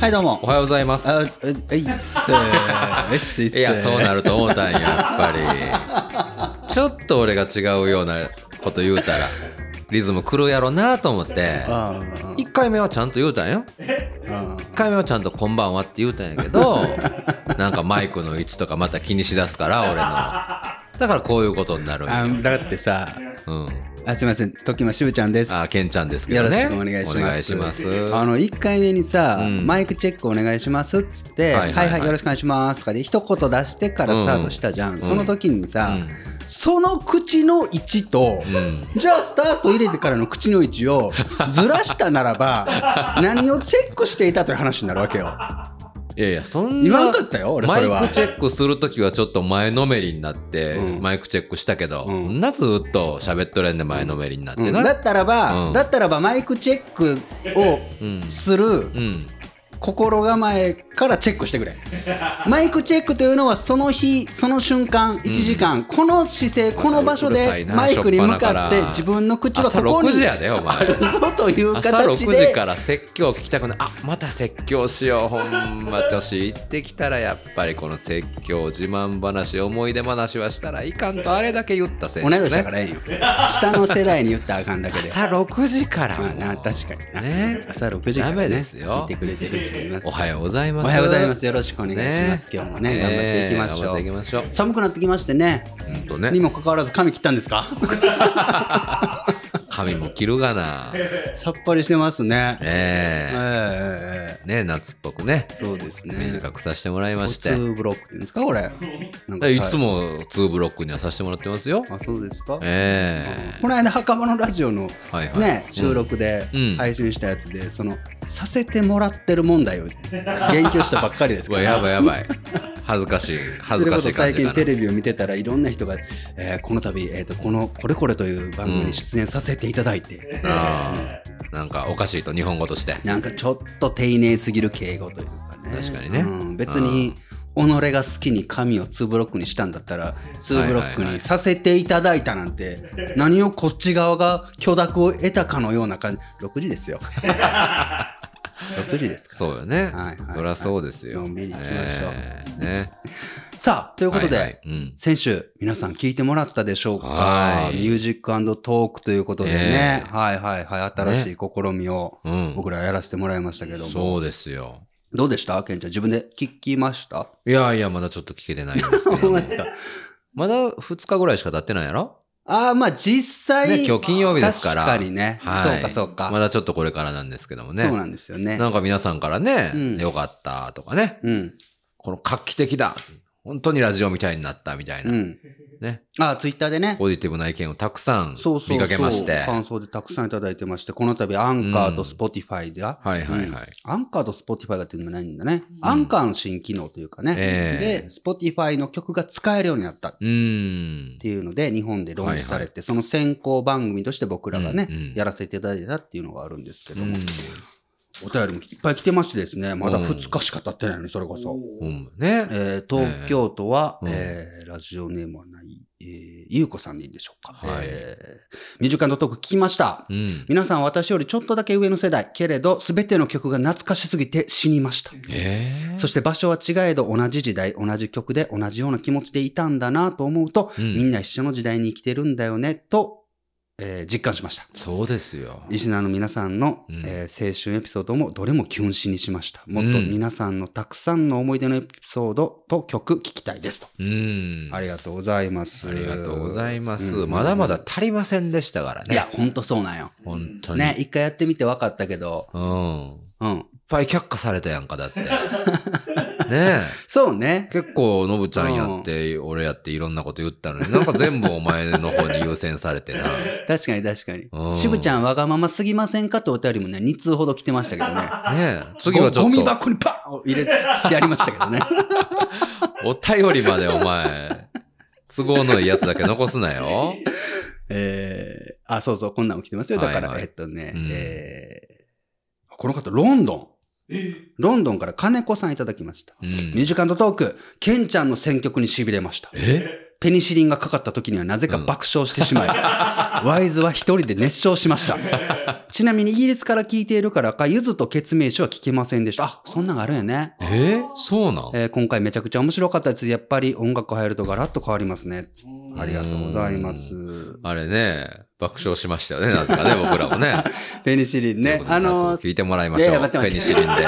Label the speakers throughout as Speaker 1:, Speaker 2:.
Speaker 1: はい、どうも
Speaker 2: お。はようございます
Speaker 1: あ、え、えいっ せー。えっせいっ
Speaker 2: い
Speaker 1: せー。
Speaker 2: やそうなると思ったんややっぱ りちょっと俺が違うようなこと言うたらリズム狂うやろなと思って
Speaker 1: うんうんうん
Speaker 2: 1回目はちゃんと言うたんよ
Speaker 1: うん。
Speaker 2: 1回目はちゃんと「こんばんは」って言うたんやけど なんかマイクの位置とかまた気にしだすから俺のだからこういうことになるんよ
Speaker 1: あ、だってさ、
Speaker 2: うん
Speaker 1: あ、すみません、時のしぶちゃんです。
Speaker 2: あケンちゃんですけ
Speaker 1: よ
Speaker 2: ど
Speaker 1: ろ
Speaker 2: ね
Speaker 1: しくお願いします。
Speaker 2: お願いします
Speaker 1: あの一回目にさ、
Speaker 2: うん
Speaker 1: マイクチェックお願いしますっつって、は
Speaker 2: はいい
Speaker 1: は、
Speaker 2: はいいはい
Speaker 1: よろしくお願いしますとかで一言出してからスタートしたじゃん。その時にさ、
Speaker 2: うん
Speaker 1: その口の位置と、
Speaker 2: ん
Speaker 1: じゃあスタート入れてからの口の位置をずらしたなら ば、何をチェックしていたという話になるわけよ。
Speaker 2: いやいやそんな
Speaker 1: 言わんかったよ俺そ
Speaker 2: マ
Speaker 1: れ
Speaker 2: イ
Speaker 1: は
Speaker 2: クチェックする時はちょっと前のめりになって、
Speaker 1: うん
Speaker 2: マイクチェックしたけど、
Speaker 1: うん
Speaker 2: そんなずっと喋っとれんで前のめりになって
Speaker 1: うん
Speaker 2: な、
Speaker 1: だったらば、
Speaker 2: うん
Speaker 1: だったらばマイクチェック
Speaker 2: う
Speaker 1: を
Speaker 2: ん
Speaker 1: する
Speaker 2: うん
Speaker 1: 心構えからチェックして くれマイクチェックというのはその日その瞬間1時間、この姿勢この場所
Speaker 2: うるさ
Speaker 1: で
Speaker 2: いな
Speaker 1: マイクに向
Speaker 2: しょっぱ
Speaker 1: か
Speaker 2: な
Speaker 1: っ
Speaker 2: か
Speaker 1: て
Speaker 2: ら
Speaker 1: 自分の口はこ
Speaker 2: 朝
Speaker 1: こ
Speaker 2: 6
Speaker 1: に
Speaker 2: 時やでお前
Speaker 1: あるぞという
Speaker 2: 朝6
Speaker 1: 形
Speaker 2: 時
Speaker 1: で
Speaker 2: から説教聞きたくないあまた説教しようほんま年行ってきたらやっぱりこの説教自慢話思い出話はしたらいかんとあれだけ言ったせい
Speaker 1: 同い年だから ええんよ下の世代に言ったらあかんだけで、
Speaker 2: 朝6時からも
Speaker 1: まあ
Speaker 2: う
Speaker 1: な確かにな、
Speaker 2: ね
Speaker 1: 朝6時から、ね、
Speaker 2: ダメですよ
Speaker 1: 聞いてくれてる人います
Speaker 2: おはようございます
Speaker 1: おはようございますよろしくお願いします、今日もね頑張っていきまし
Speaker 2: ね
Speaker 1: ょ
Speaker 2: え頑
Speaker 1: う
Speaker 2: 張っていきましょう
Speaker 1: 寒くなってきましてね
Speaker 2: ほんとね
Speaker 1: にもかかわらず髪切ったんです か
Speaker 2: 髪も切る がな。
Speaker 1: さっぱりしてますねええ
Speaker 2: ね
Speaker 1: え
Speaker 2: え。ねえ夏っぽくね。
Speaker 1: えそうですね
Speaker 2: 短くさせてもらいまして。
Speaker 1: ツーブロックっていうんですかこれなんか
Speaker 2: いつも2ブロックにはさせてもらってますよ。
Speaker 1: あそうですか、
Speaker 2: ええ。
Speaker 1: この間袴のラジオの、
Speaker 2: はいはい
Speaker 1: ね
Speaker 2: うん
Speaker 1: 収録で
Speaker 2: うん
Speaker 1: 配信したやつで、そのさせてもらってる問題を言及したばっかりです
Speaker 2: う
Speaker 1: か
Speaker 2: わ、
Speaker 1: ら
Speaker 2: やばいやばい。恥ずか しい。
Speaker 1: それ
Speaker 2: 恥ず
Speaker 1: こ
Speaker 2: かし
Speaker 1: そ
Speaker 2: い感
Speaker 1: 最
Speaker 2: じ
Speaker 1: 近
Speaker 2: か
Speaker 1: テ
Speaker 2: な。
Speaker 1: レビを見てたらいろんな人が、えーこの度、えー、とこのこれこれという番組に出演させていただいて、
Speaker 2: ああなんかおかしいと、日本語として。
Speaker 1: なんかちょっと丁寧すぎる敬語というかね
Speaker 2: 確かにね
Speaker 1: うん、別に己が好きに髪を2ブロックにしたんだったら2ブロック
Speaker 2: はいはいは
Speaker 1: に
Speaker 2: い
Speaker 1: させていただいたなんて何をこっち側が許諾を得たかのような感じ6時です よ6時ですか
Speaker 2: そうよね
Speaker 1: はいはい。
Speaker 2: そりゃそうですよ。
Speaker 1: のんびり行きましょう
Speaker 2: ええね。
Speaker 1: さあということで、
Speaker 2: はいはいうん
Speaker 1: 先週皆さん聞いてもらったでしょうか
Speaker 2: は
Speaker 1: ミ
Speaker 2: い
Speaker 1: ュージックトークということでね、
Speaker 2: え
Speaker 1: はいはいはい新しい試みを
Speaker 2: うん
Speaker 1: 僕らやらせてもらいましたけども、
Speaker 2: そうですよ。
Speaker 1: どうでしたケンちゃん自分で聞きました
Speaker 2: いやいや、まだちょっと聞けてないんですけど。
Speaker 1: 思いました
Speaker 2: まだ2日ぐらいしか経ってないやろ
Speaker 1: ああ、まあ実際、
Speaker 2: ね今日金曜日ですから
Speaker 1: 確かにね。
Speaker 2: はい。
Speaker 1: そうかそうか、
Speaker 2: まだちょっとこれからなんですけどもね。
Speaker 1: そうなんですよね。
Speaker 2: なんか皆さんからね、
Speaker 1: うん
Speaker 2: よかったとかね、
Speaker 1: うん。
Speaker 2: この画期的だ、本当にラジオみたいになったみたいな、
Speaker 1: うん。
Speaker 2: ね、
Speaker 1: ああ、ツイッターでね。
Speaker 2: ポジティブな意見をたくさん
Speaker 1: そうそうそう
Speaker 2: 見かけまして。
Speaker 1: 感想でたくさんいただいてまして、この度アンカーとスポティファイが、
Speaker 2: はいはいはい。
Speaker 1: アンカーとスポティファイがっていうのもないんだね。アンカーの新機能というかね。
Speaker 2: ええ
Speaker 1: で、スポティファイの曲が使えるようになったっ
Speaker 2: うーん。
Speaker 1: ていうので、日本でローンチされて、その先行番組として僕らがね、
Speaker 2: うんうん
Speaker 1: やらせていただいたっていうのがあるんですけど
Speaker 2: う
Speaker 1: も、
Speaker 2: ん
Speaker 1: お便りもいっぱい来てましてですね、まだ2日しか経ってないのに、それこそ。
Speaker 2: ほんまね。
Speaker 1: えー東京都は、え
Speaker 2: えーうん
Speaker 1: ーラジオネームはない、えーゆうこさんでいいでしょうか。
Speaker 2: はい
Speaker 1: えーミュージカルトーク聞きました。
Speaker 2: うん。
Speaker 1: 皆さん私よりちょっとだけ上の世代、けれど全ての曲が懐かしすぎて死にました。
Speaker 2: ええ
Speaker 1: そして場所は違えど同じ時代、同じ曲で同じような気持ちでいたんだなと思うと、
Speaker 2: うん
Speaker 1: みんな一緒の時代に生きてるんだよね、と、えー実感しました。
Speaker 2: そうですよ。
Speaker 1: リスナーの皆さんの、
Speaker 2: うん
Speaker 1: えー青春エピソードもどれもキュン死にしました。もっと
Speaker 2: うん
Speaker 1: 皆さんのたくさんの思い出のエピソードと曲聞きたいですと。
Speaker 2: うん。
Speaker 1: あ
Speaker 2: あ
Speaker 1: りがとうございます。
Speaker 2: りがとうございます。
Speaker 1: うん
Speaker 2: まだまだ足りませんでしたから
Speaker 1: い
Speaker 2: ね。
Speaker 1: や、ほんとそうなんよ。
Speaker 2: 本当に。
Speaker 1: ね、一回やってみて分かったけど、
Speaker 2: うん。いっ
Speaker 1: うん。
Speaker 2: ぱい却下されたやんか、だって。ね え。
Speaker 1: そうね。
Speaker 2: 結構ノブちゃんやって、俺やっていろんなこと言ったのになんか全部お前の方に優先されてな
Speaker 1: 確かに確か
Speaker 2: う
Speaker 1: に。
Speaker 2: ん
Speaker 1: しぶちゃんわがまますぎませんかとお便りもね、2通ほど来てましたけどね。
Speaker 2: ねえ 次はちょ
Speaker 1: ゴ
Speaker 2: っ
Speaker 1: ミ
Speaker 2: と
Speaker 1: 箱にパンを入れてやりましたけどね。
Speaker 2: お便りまでお前都合のいいやつだけ残すなよ
Speaker 1: えー、あ、そうそう、こんなんも来てますよ。だから、
Speaker 2: はいはい
Speaker 1: えっとね、
Speaker 2: うん
Speaker 1: えー、この方、ロンドン。ロンドンから金子さんいただきました。
Speaker 2: う
Speaker 1: ミュー
Speaker 2: ん
Speaker 1: ジカルトーク、ケンちゃんの選曲に痺れました。
Speaker 2: え
Speaker 1: ペニシリンがかかった時にはなぜか爆笑して しまい、ワイズは一人で熱唱しました。ちなみにイギリスから聞いているからか、ゆずとケツメイシは聞けませんでした。あ、そんなんあるよね。
Speaker 2: えー、そうなん、
Speaker 1: えー今回めちゃくちゃ面白かったです。やっぱり音楽入るとガラッと変わりますね。ありがとうございます。
Speaker 2: あれね、爆笑しましたよね、な ぜかね、僕らもね。
Speaker 1: ペニシリンね。あのー、
Speaker 2: 聞いてもらいましょ
Speaker 1: いやいうや。待って待
Speaker 2: ペニ
Speaker 1: っ
Speaker 2: シリンで。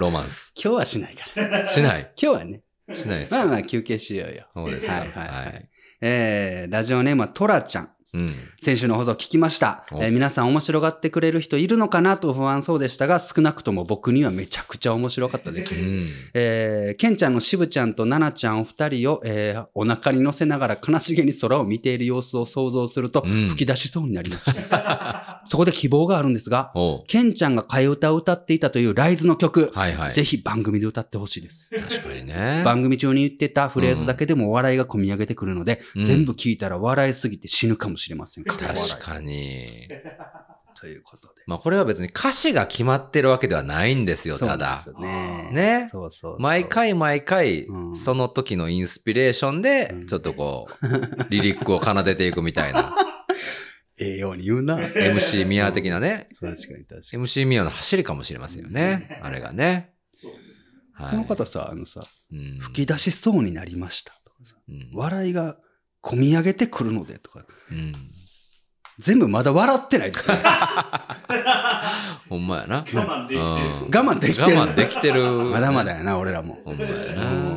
Speaker 2: ロマンス。
Speaker 1: 今日はしないから。
Speaker 2: しない。
Speaker 1: 今日はね。
Speaker 2: しないです
Speaker 1: ま
Speaker 2: か。
Speaker 1: あまあ休憩しようよ。
Speaker 2: そうですか。
Speaker 1: はいはいはい。えー、ラジオネームはトラちゃん。
Speaker 2: うん。
Speaker 1: 先週の放送聞きました、
Speaker 2: お
Speaker 1: えー皆さん面白がってくれる人いるのかなと不安そうでしたが少なくとも僕にはめちゃくちゃ面白かったです
Speaker 2: うん。
Speaker 1: えーケンちゃんのしぶちゃんとななちゃんお二人を、えーお腹に乗せながら悲しげに空を見ている様子を想像すると
Speaker 2: うん
Speaker 1: 吹き出しそうになりました、 そこで希望があるんですが
Speaker 2: おう
Speaker 1: ケンちゃんが替え歌を歌っていたというライズの曲、
Speaker 2: はいはい。
Speaker 1: ぜひ番組で歌ってほしいです
Speaker 2: 確かにね。
Speaker 1: 番組中に言ってたフレーズだけでも笑いが込み上げてくるので、
Speaker 2: うん
Speaker 1: 全部聞いたら笑いすぎて死ぬかもしれません
Speaker 2: 確かに。
Speaker 1: ということで。
Speaker 2: まあこれは別に歌詞が決まってるわけではないんですよ、
Speaker 1: そうな
Speaker 2: た
Speaker 1: んで
Speaker 2: だ
Speaker 1: す。よね。
Speaker 2: ね。
Speaker 1: そうそうそう
Speaker 2: 毎。回毎回
Speaker 1: う、ん
Speaker 2: その時のインスピレーションで、ちょっとこう、リリックを奏でていくみたいな。
Speaker 1: ええように言う な。
Speaker 2: MC ミア的なね。
Speaker 1: そう確かに確かに。
Speaker 2: MC ミアの走りかもしれませんよね。あれがね。は
Speaker 1: この方さ、あのさ、
Speaker 2: うん
Speaker 1: 吹き出しそうになりましたとかさ
Speaker 2: うん
Speaker 1: 笑いが込み上げてくるのでとか、
Speaker 2: うん
Speaker 1: 全部まだ笑ってない ですよね。
Speaker 2: ほんまやな。我
Speaker 3: 慢できてる
Speaker 1: 我慢できてる
Speaker 2: 我慢できてる。
Speaker 1: まだまだやな、俺らも。
Speaker 2: ほんまや な。うん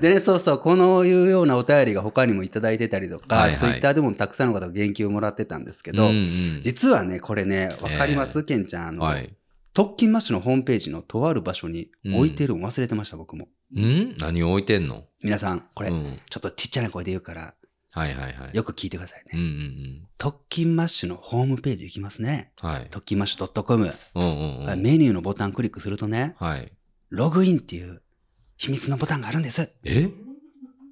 Speaker 1: でね、そうそう、このいうようなお便りが他にもいただいてたりとか、
Speaker 2: はいはい
Speaker 1: ツイッターでもたくさんの方が言及をもらってたんですけど、
Speaker 2: うんうん
Speaker 1: 実はね、これね、わかります、ケンちゃん。あの、
Speaker 2: はい。
Speaker 1: 特勤マッシュのホームページのとある場所に置いてるの忘れてました、僕も。
Speaker 2: ん何を置いてんの
Speaker 1: 皆さん、これ、
Speaker 2: うん
Speaker 1: ちょっとちっちゃな声で言うから、
Speaker 2: はいはいはい。
Speaker 1: よく聞いてくださいね。
Speaker 2: うんうん
Speaker 1: 特勤マッシュのホームページ行きますね。
Speaker 2: うん。はい。
Speaker 1: 特勤マッシュ .com。
Speaker 2: うんうんうん。
Speaker 1: メニューのボタンクリックするとね、
Speaker 2: はい。
Speaker 1: ログインっていう秘密のボタンがあるんです。
Speaker 2: え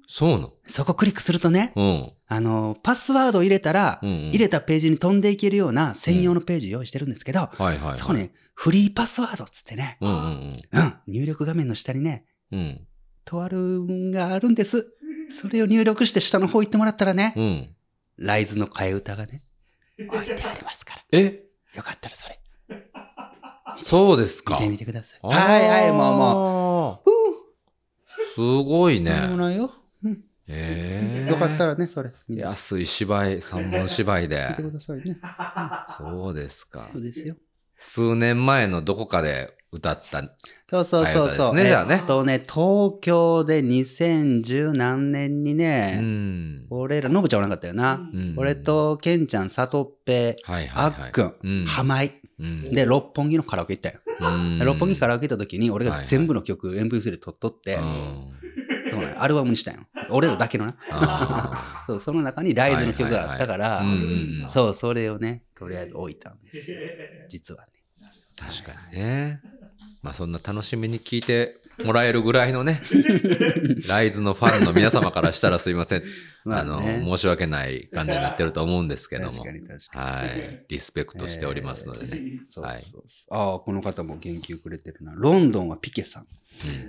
Speaker 2: そうなの
Speaker 1: そこクリックするとね、
Speaker 2: うん。
Speaker 1: あの、パスワードを入れたら、
Speaker 2: うんうん
Speaker 1: 入れたページに飛んでいけるような専用のページ用意してるんですけど、
Speaker 2: はいはいはい。
Speaker 1: そこね、フリーパスワードっつってね、
Speaker 2: うんうん
Speaker 1: うん、入力画面の下にね、
Speaker 2: うん。うん。
Speaker 1: とあるんがあるんです。それを入力して下の方行ってもらったらね、
Speaker 2: うん。
Speaker 1: ライズの替え歌がね、置いてありますから。
Speaker 2: え
Speaker 1: よかったらそれ、
Speaker 2: そうです
Speaker 1: 見
Speaker 2: か。
Speaker 1: てみてください。
Speaker 2: あー
Speaker 1: はいはい、もうもう。
Speaker 2: すごいね。
Speaker 1: なんでもないよ。
Speaker 2: ええ。
Speaker 1: よかったらね、それ。見て
Speaker 2: 安い芝居、三本芝居で。
Speaker 1: くださいね。
Speaker 2: そうですか
Speaker 1: そ。うですよ。
Speaker 2: 数年前のどこかで歌った。
Speaker 1: そうそうそうそう。
Speaker 2: 替え歌ですねじゃあね
Speaker 1: えっとね、東京で2010何年に
Speaker 2: う
Speaker 1: ね、
Speaker 2: ん。
Speaker 1: 俺ら、のぶちゃんおらんかったよな。
Speaker 2: うん
Speaker 1: 俺、と、けんちゃん、さとっぺ、
Speaker 2: はいはい
Speaker 1: あ
Speaker 2: はい。
Speaker 1: っく
Speaker 2: うん
Speaker 1: ん、浜井。
Speaker 2: うん
Speaker 1: で、六本木のカラオケ行ったよ。
Speaker 2: うん
Speaker 1: 六本木カラオケ行った時に、俺が全部の曲、MV3 で撮っとって
Speaker 2: う、ん
Speaker 1: そうね、アルバムにしたよ。俺らだけのな。
Speaker 2: あ
Speaker 1: そう、その中にライズの曲があったから
Speaker 2: ーうん、うんうん
Speaker 1: そう、それをね、とりあえず置いたん ですよ。実はね。
Speaker 2: 確かにね。まあそんな楽しみに聞いてもらえるぐらい のね、ライズのファンの皆様からしたらすいません。
Speaker 1: ま
Speaker 2: あ
Speaker 1: あ
Speaker 2: の、
Speaker 1: ね
Speaker 2: 申し訳ない感じになってると思うんですけど
Speaker 1: 確
Speaker 2: も
Speaker 1: か。に確か
Speaker 2: はい。リスペクトしておりますのでね。
Speaker 1: に。そう
Speaker 2: はい
Speaker 1: そうそうああ、この方も言及くれてるな。ロンドンはピケさん。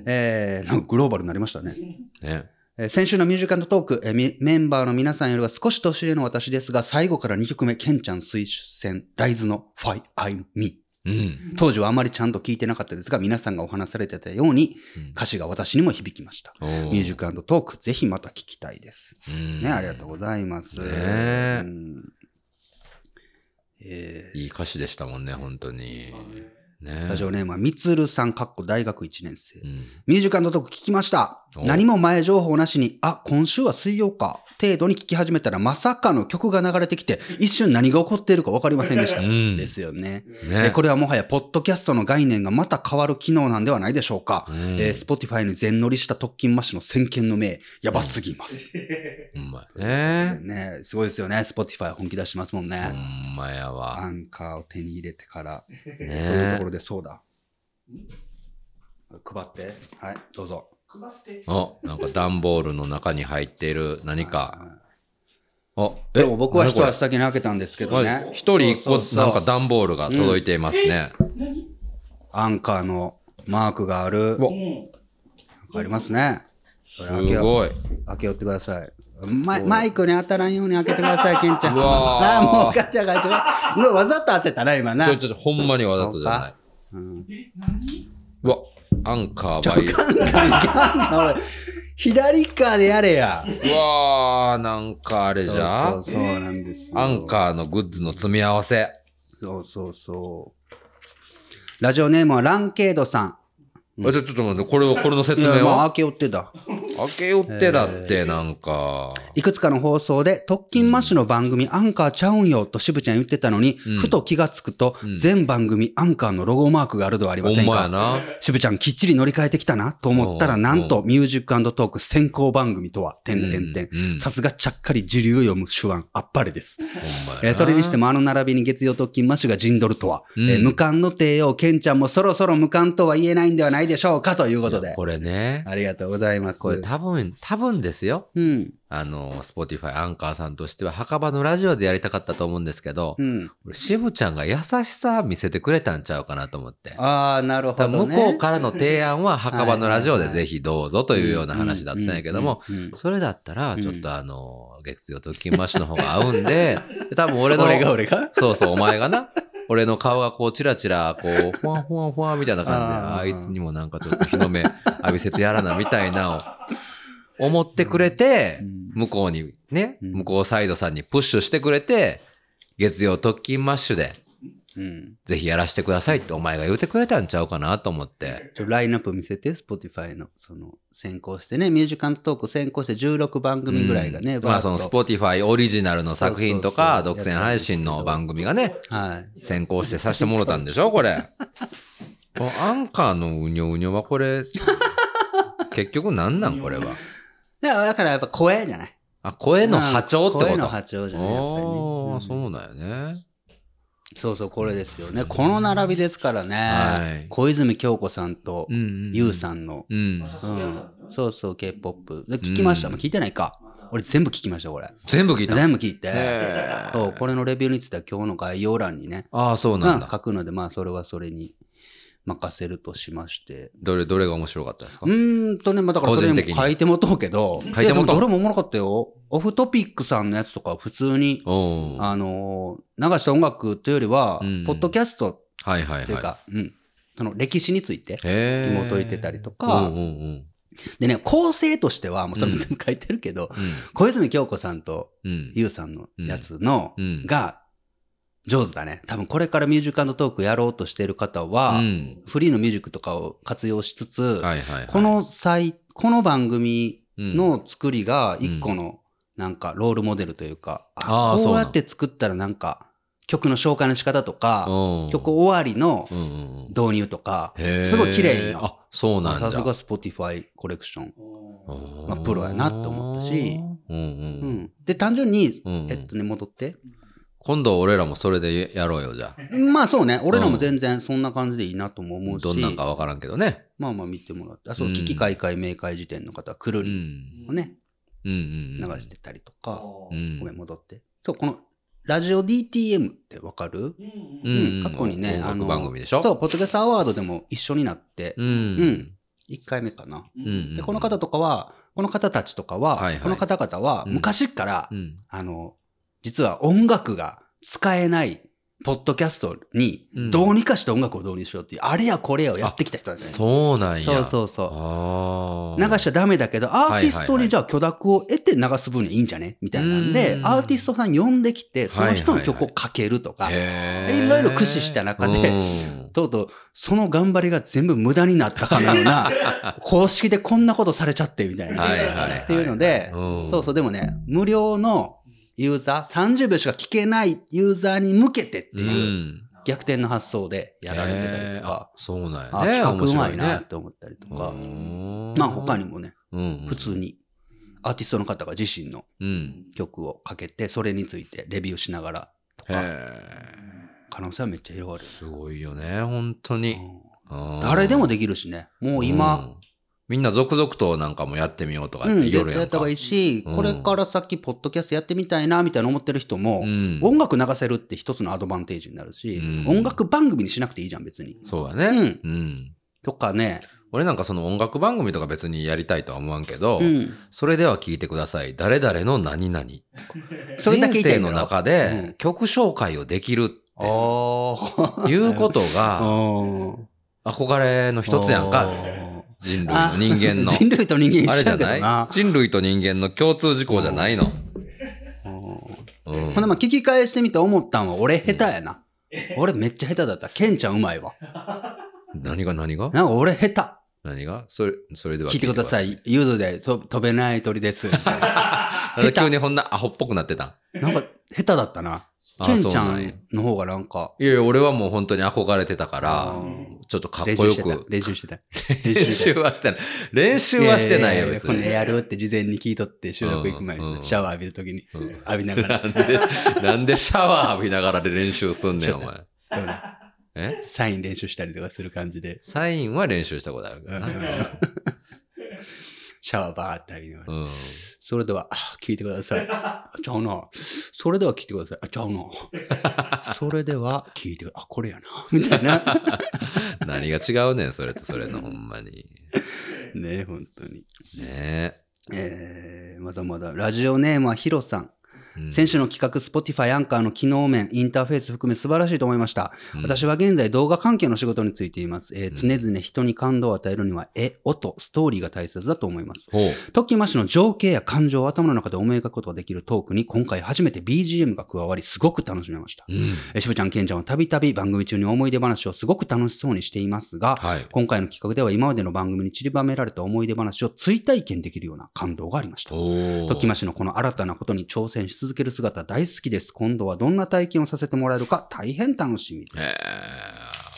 Speaker 1: えー、なんかグローバルになりましたね。
Speaker 2: ね。
Speaker 1: えー先週のミュージカルトーク、えーみメンバーの皆さんよりは少し年上の私ですが、最後から2曲目、ケンちゃん推薦、ライズの Fi I'm Me。
Speaker 2: うん。
Speaker 1: 当時はあまりちゃんと聞いてなかったですが、皆さんがお話しされてたように、歌詞が私にも響きました。
Speaker 2: おー
Speaker 1: ミュージックトーク、ぜひまた聞きたいです。
Speaker 2: うん
Speaker 1: ね、ありがとうございます。
Speaker 2: え
Speaker 1: うんえ
Speaker 2: いい歌詞でしたもんね、本当に。
Speaker 1: ー
Speaker 2: ね
Speaker 1: ラ。ジオネームはみつるさん、かっこ大学1年生。
Speaker 2: うん
Speaker 1: ミュージカルのとこ聞きました。
Speaker 2: お
Speaker 1: 何も前情報なしに、あ、今週は水曜か、程度に聞き始めたらまさかの曲が流れてきて、一瞬何が起こっているか分かりませんでした。
Speaker 2: うん
Speaker 1: ですよね。
Speaker 2: ね
Speaker 1: えこれはもはや、ポッドキャストの概念がまた変わる機能なんではないでしょうか。
Speaker 2: うん
Speaker 1: えー Spotify に全乗りした特勤マッシュの先見の明、やばすぎます。
Speaker 2: ほんまやね。
Speaker 1: ねすごいですよね。Spotify 本気出してますもん
Speaker 2: ほ
Speaker 1: ね。
Speaker 2: んまやわ。
Speaker 1: アンカーを手に入れてから、というとこ
Speaker 2: ね
Speaker 1: ろで、そうだ。配って。はい、どうぞ。
Speaker 2: お、なんか段ボールの中に入っている何か。お、
Speaker 1: でも僕は一足
Speaker 2: は
Speaker 1: 先に開けたんですけどね。
Speaker 2: 一人一
Speaker 1: そ
Speaker 2: 個
Speaker 1: うそうそう
Speaker 2: なんか段ボールが届いていますね。
Speaker 1: アンカーのマークがある。なんかありますね。
Speaker 3: す
Speaker 2: すごい。
Speaker 1: 開けよってください。マイマイクに当たらんように開けてくだ さい、ケンちゃん。
Speaker 2: うわ
Speaker 1: あ
Speaker 2: ー
Speaker 1: ーもうガチャガチャ。うわわざと当てたな、今な。
Speaker 2: ちょちょちょ、ほんまにわざとじゃない。うわ、アンカーバイ。
Speaker 1: おい左かでやれや。
Speaker 2: うわー、なんかあれじゃ
Speaker 1: そうそうそうなんですよ
Speaker 2: アンカーのグッズの積み合わせ。
Speaker 1: そうそうそう。ラジオネームはランケードさん。
Speaker 2: あちょ、ちょっと待って、これを、これの説
Speaker 1: いや
Speaker 2: 明
Speaker 1: まあ、
Speaker 2: は
Speaker 1: 明けおってだ。
Speaker 2: 開けよってだって、なんか。
Speaker 1: いくつかの放送で、特勤マッシュの番組アンカーちゃうんよと渋ちゃん言ってたのに、ふと気がつくと、全番組アンカーのロゴマークがあるではありま
Speaker 2: ほ
Speaker 1: せ
Speaker 2: ん
Speaker 1: ん
Speaker 2: まや
Speaker 1: か。
Speaker 2: な。
Speaker 1: 渋ちゃんきっちり乗り換えてきたなと思った
Speaker 2: う
Speaker 1: ら、
Speaker 2: ん
Speaker 1: なんとミュージックトーク先行番組とは、てんてんて
Speaker 2: うんうん
Speaker 1: ん。さすがちゃっかり時流を読む手腕、あっぱれです。
Speaker 2: ほんま
Speaker 1: え
Speaker 2: や
Speaker 1: ー
Speaker 2: な。
Speaker 1: それにしてもあの並びに月曜特勤マッシュが陣取るとは、
Speaker 2: うん
Speaker 1: えー無冠の帝王ケンちゃんもそろそろ無冠とは言えないんではないでしょうかということで。
Speaker 2: これね。
Speaker 1: ありがとうございます。
Speaker 2: これ多分、多分ですよ。
Speaker 1: うん。
Speaker 2: あの、Spotify アンカーさんとしては、墓場のラジオでやりたかったと思うんですけど
Speaker 1: う、ん。
Speaker 2: 俺渋ちゃんが優しさ見せてくれたんちゃうかなと思って。
Speaker 1: ああ、なるほ
Speaker 2: 多
Speaker 1: ど、
Speaker 2: 分
Speaker 1: ね。
Speaker 2: 向こうからの提案は墓場のラジオ
Speaker 1: は
Speaker 2: で
Speaker 1: いはいは
Speaker 2: ぜひどうぞというような話だったんやけども
Speaker 1: うんうんうんうん、
Speaker 2: それだったら、ちょっとあの、月曜と金マッシュの方が合うん で、で多分俺の、
Speaker 1: 俺が俺が
Speaker 2: そうそう、お前がな。俺の顔がこう、チラチラ、こう、ふわんふわんふわんみたいな感じで、
Speaker 1: あー
Speaker 2: あいつにもなんかちょっと日の目浴びせてやらな、みたいなを思ってくれて、向こうにね、向こうサイドさんにプッシュしてくれて、月曜特勤マッシュで、
Speaker 1: うん。
Speaker 2: ぜひやらしてくださいってお前が言うてくれたんちゃうかなと思って。
Speaker 1: ちょ、ラインナップ見せて、Spotify の、その、先行してね、ミュージカルトーク先行して16番組ぐらいがね、
Speaker 2: まあその
Speaker 1: ッ
Speaker 2: Spotify オリジナルの作品とか、
Speaker 1: そうそう
Speaker 2: 独
Speaker 1: そう
Speaker 2: 占配信の番組がね、
Speaker 1: はい。
Speaker 2: 先行してさせてもろたんでしょこれ。このアンカーのうにょうにょはこ れ、結局なんなんこれは。
Speaker 1: だから、だからやっぱ声じゃない。
Speaker 2: あ、声の波長ってこと
Speaker 1: 声の波長じゃない、やっぱりね。
Speaker 2: おー
Speaker 1: うん
Speaker 2: そうだよね。
Speaker 1: そうそう、これですよね。この並びですからね。
Speaker 2: はい
Speaker 1: 小泉京子さんと、
Speaker 2: うんうん。
Speaker 1: ゆうさんの、
Speaker 2: うん。
Speaker 1: うん。そうそう、K-POP。で、聞きました。まあ聞いてないか。俺全部聞きました、これ。
Speaker 2: 全部聞いた。
Speaker 1: 全部聞いて。
Speaker 2: へー
Speaker 1: そう、これのレビューについては今日の概要欄にね、
Speaker 2: ああ、そうなんだ。
Speaker 1: 書くので、まあ、それはそれに任せるとしまして。
Speaker 2: どれ、どれが面白かったですか
Speaker 1: うーんとね、まあ、だからそれ
Speaker 2: 個人
Speaker 1: に
Speaker 2: 的に
Speaker 1: も書いてもとうけど、
Speaker 2: 書いてもとう
Speaker 1: やでどれもおもろかったよ。オフトピックさんのやつとかは普通に、
Speaker 2: おー
Speaker 1: あのー流した音楽というよりは、
Speaker 2: うん
Speaker 1: ポッドキャスト
Speaker 2: はいはい
Speaker 1: という
Speaker 2: は
Speaker 1: か、うん、その歴史について
Speaker 2: い。へえ。
Speaker 1: 紐解いてたりとか
Speaker 2: うんうんうん。
Speaker 1: でね、構成としては、もうそれも全部書いてるけど、小泉京子さんと
Speaker 2: うん。うん。
Speaker 1: ゆうさんのやつの、
Speaker 2: うん
Speaker 1: が、上手だね。多分これからミュージックトークやろうとしてる方は、
Speaker 2: うん
Speaker 1: フリーのミュージックとかを活用しつつ、
Speaker 2: はいはいはい。
Speaker 1: この際、この番組の作りが一個の、なんかロールモデルというか、あ
Speaker 2: あー
Speaker 1: こ
Speaker 2: そう
Speaker 1: う
Speaker 2: な
Speaker 1: や
Speaker 2: ん
Speaker 1: って作ったらなんか、曲の紹介の仕方とか、
Speaker 2: の
Speaker 1: 曲終わりの
Speaker 2: うんうんうん。
Speaker 1: 導入とか、
Speaker 2: へー
Speaker 1: すごい綺麗よ。
Speaker 2: あ、そうなんだ。
Speaker 1: さすが Spotify コレクション。
Speaker 2: ま
Speaker 1: まあプロやなって思ったし
Speaker 2: うんうん
Speaker 1: うん、で、単純に、
Speaker 2: うんうん
Speaker 1: えっとね、戻って。
Speaker 2: 今度俺らもそれでやろうよ、じゃあ。
Speaker 1: まあそうね、俺らも全然そんな感じでいいなとも思うし、
Speaker 2: どんなんかわからんけどね。
Speaker 1: まあまあ見てもらって、あそうの
Speaker 2: ん
Speaker 1: 危機開会明快時点の方はくる
Speaker 2: う
Speaker 1: り
Speaker 2: ん。
Speaker 1: をね、
Speaker 2: うん
Speaker 1: 流
Speaker 2: うんうん。
Speaker 1: してたりとか、
Speaker 2: う
Speaker 1: ごめん、
Speaker 2: ん。
Speaker 1: 戻って。そう、この、ラジオ DTM ってわかる、
Speaker 2: う。
Speaker 1: うん過去にね、
Speaker 2: 音
Speaker 1: あ
Speaker 2: 楽
Speaker 1: の、
Speaker 2: 番組でしょ
Speaker 1: そう、ポッドキャストアワードでも一緒になって、
Speaker 2: うん。
Speaker 1: ん1回目かな。
Speaker 2: うんうん。
Speaker 1: で、この方とかは、この方たちとかは、
Speaker 2: はいはい
Speaker 1: この方々は、
Speaker 2: うん
Speaker 1: 昔から、
Speaker 2: うん。
Speaker 1: あの、実は音楽が使えない、ポッドキャストに
Speaker 2: うん、
Speaker 1: どうにかして音楽を導入しようっていう、あれやこれやをやってきた人なんですね。
Speaker 2: そうなん
Speaker 1: そう
Speaker 2: や。。
Speaker 1: そううそう。
Speaker 2: あ
Speaker 1: 流
Speaker 2: あ。
Speaker 1: しちゃダメだけど、アーティス
Speaker 2: はいは
Speaker 1: ト
Speaker 2: いは
Speaker 1: に
Speaker 2: い
Speaker 1: じゃあ許諾を得て流す分にはいいんじゃねみたいなんで
Speaker 2: う、ん
Speaker 1: アーティストさん呼んできて、その人の曲をかけるとか、
Speaker 2: へー
Speaker 1: いろいろ駆使した中で
Speaker 2: うん
Speaker 1: とうとう、その頑張りが全部無駄になったかのよう な、公式でこんなことされちゃって、みたいな。
Speaker 2: はいはいはい
Speaker 1: っていうので、
Speaker 2: うん
Speaker 1: そうそう、でもね、無料のユーザー、30秒しか聞けないユーザーに向けてって
Speaker 2: う
Speaker 1: いう、
Speaker 2: ん。
Speaker 1: 逆転の発想でやられてたり
Speaker 2: へ
Speaker 1: と
Speaker 2: ーあ
Speaker 1: か、
Speaker 2: そうなん
Speaker 1: あ
Speaker 2: やね。
Speaker 1: 企画うまい
Speaker 2: 面白
Speaker 1: なっ
Speaker 2: ね
Speaker 1: て思ったりと
Speaker 2: う
Speaker 1: か、
Speaker 2: ん
Speaker 1: まあ他にもね、
Speaker 2: うん。
Speaker 1: 普通に、アーティストの方が自身の
Speaker 2: うん。
Speaker 1: 曲をかけて、それについてレビューしながらと
Speaker 2: へ
Speaker 1: か、
Speaker 2: え。
Speaker 1: 可能性はめっちゃ広がる。
Speaker 2: すごいよね、本当に。うん
Speaker 1: 誰でもできるしね、もう今、
Speaker 2: うんみんな続々となんかもやってみようとか
Speaker 1: う
Speaker 2: 言っ
Speaker 1: ん、
Speaker 2: て
Speaker 1: 絶
Speaker 2: 夜
Speaker 1: 対
Speaker 2: や
Speaker 1: や
Speaker 2: ん
Speaker 1: っ
Speaker 2: か
Speaker 1: た方がいいし、
Speaker 2: うん
Speaker 1: これから先、ポッドキャストやってみたいな、みたいな思ってる人も、
Speaker 2: うん
Speaker 1: 音楽流せるって一つのアドバンテージになるし、
Speaker 2: うん
Speaker 1: 音楽番組にしなくていいじゃん、別に。
Speaker 2: そうだね。
Speaker 1: うん
Speaker 2: うん。
Speaker 1: とかね、
Speaker 2: 俺なんかその音楽番組とか別にやりたいとは思わんけど、
Speaker 1: うん。
Speaker 2: それでは聞いてください。誰々の何々。
Speaker 1: それだけ言
Speaker 2: 人
Speaker 1: いたい
Speaker 2: 生
Speaker 1: んだ
Speaker 2: の
Speaker 1: ろ
Speaker 2: 中
Speaker 1: うん
Speaker 2: で曲紹介をできるっ
Speaker 1: おー。
Speaker 2: ていうこと
Speaker 1: あ
Speaker 2: が
Speaker 1: ー
Speaker 2: 憧れの一つやんか。人類の人間の。
Speaker 1: 人類と人間
Speaker 2: あれ
Speaker 1: 一
Speaker 2: じ
Speaker 1: 緒
Speaker 2: ゃ
Speaker 1: やけど
Speaker 2: な。
Speaker 1: ない
Speaker 2: 人類と人間の共通事項じゃないの。うん
Speaker 1: ほんでまあ聞き返してみて思ったんは、俺下手やな。俺めっちゃ下手だった。ケンちゃんうまいわ。
Speaker 2: 何が何が
Speaker 1: なんか俺下手。
Speaker 2: 何がそれ、それでは
Speaker 1: 聞いてくだ
Speaker 2: い。
Speaker 1: さい。ゆずでと飛べない鳥です。みたいな
Speaker 2: なんか急にこんなアホっぽくなってた。
Speaker 1: なんか下手だったな。
Speaker 2: あ
Speaker 1: ケンちゃ
Speaker 2: そうなんや
Speaker 1: んの方がなんか、
Speaker 2: いやいや、俺はもう本当に憧れてたから
Speaker 1: あ、
Speaker 2: ちょっとかっ
Speaker 1: 練
Speaker 2: こ
Speaker 1: 習
Speaker 2: よ
Speaker 1: してた
Speaker 2: く。。
Speaker 1: 練習してた。
Speaker 2: 練習はしてない。練習はしてないよ、
Speaker 1: やや
Speaker 2: 別
Speaker 1: こんな
Speaker 2: に。
Speaker 1: やるって事前に聞いとって、収録行く前
Speaker 2: うんう
Speaker 1: に、
Speaker 2: ん
Speaker 1: シャワー浴びるときに、
Speaker 2: うん
Speaker 1: 浴びなが ら、
Speaker 2: なんで、なんでシャワー浴びながらで練習すんねん、お前。え
Speaker 1: サイン練習したりとかする感じで、
Speaker 2: サインは練習したことあるけどな。
Speaker 1: シャワーバーって浴びながら。
Speaker 2: うん。
Speaker 1: それでは、あ聞いてください。あちゃうな。それでは聞いてください。あちゃう な。それでは聞いてくあ、これやな。みたいな。
Speaker 2: 何が違うねん、それとそれの、ほんまに。
Speaker 1: ね本当に。
Speaker 2: ね
Speaker 1: えー、まだまだ。ラジオネームはヒロさん。
Speaker 2: え。うん
Speaker 1: 先週の企画、Spotify アンカーの機能面、インターフェース含め素晴らしいと思いました。
Speaker 2: うん
Speaker 1: 私は現在動画関係の仕事についています。えー常々人に感動を与えるには、絵、音、ストーリーが大切だと思います。
Speaker 2: ほう。
Speaker 1: トッキーマッシュの情景や感情を頭の中で思い描くことができるトークに今回初めて BGM が加わりすごく楽しめました。
Speaker 2: うん。
Speaker 1: えーしぶちゃん、けんちゃんはたびたび番組中に思い出話をすごく楽しそうにしていますが、
Speaker 2: はい。
Speaker 1: 今回の企画では今までの番組に散りばめられた思い出話を追体験できるような感動がありました。
Speaker 2: おお。
Speaker 1: ときましのこの新たなことに挑戦し続ける姿大好きです。今度はどんな体験をさせてもらえるか大変楽しみです。
Speaker 2: え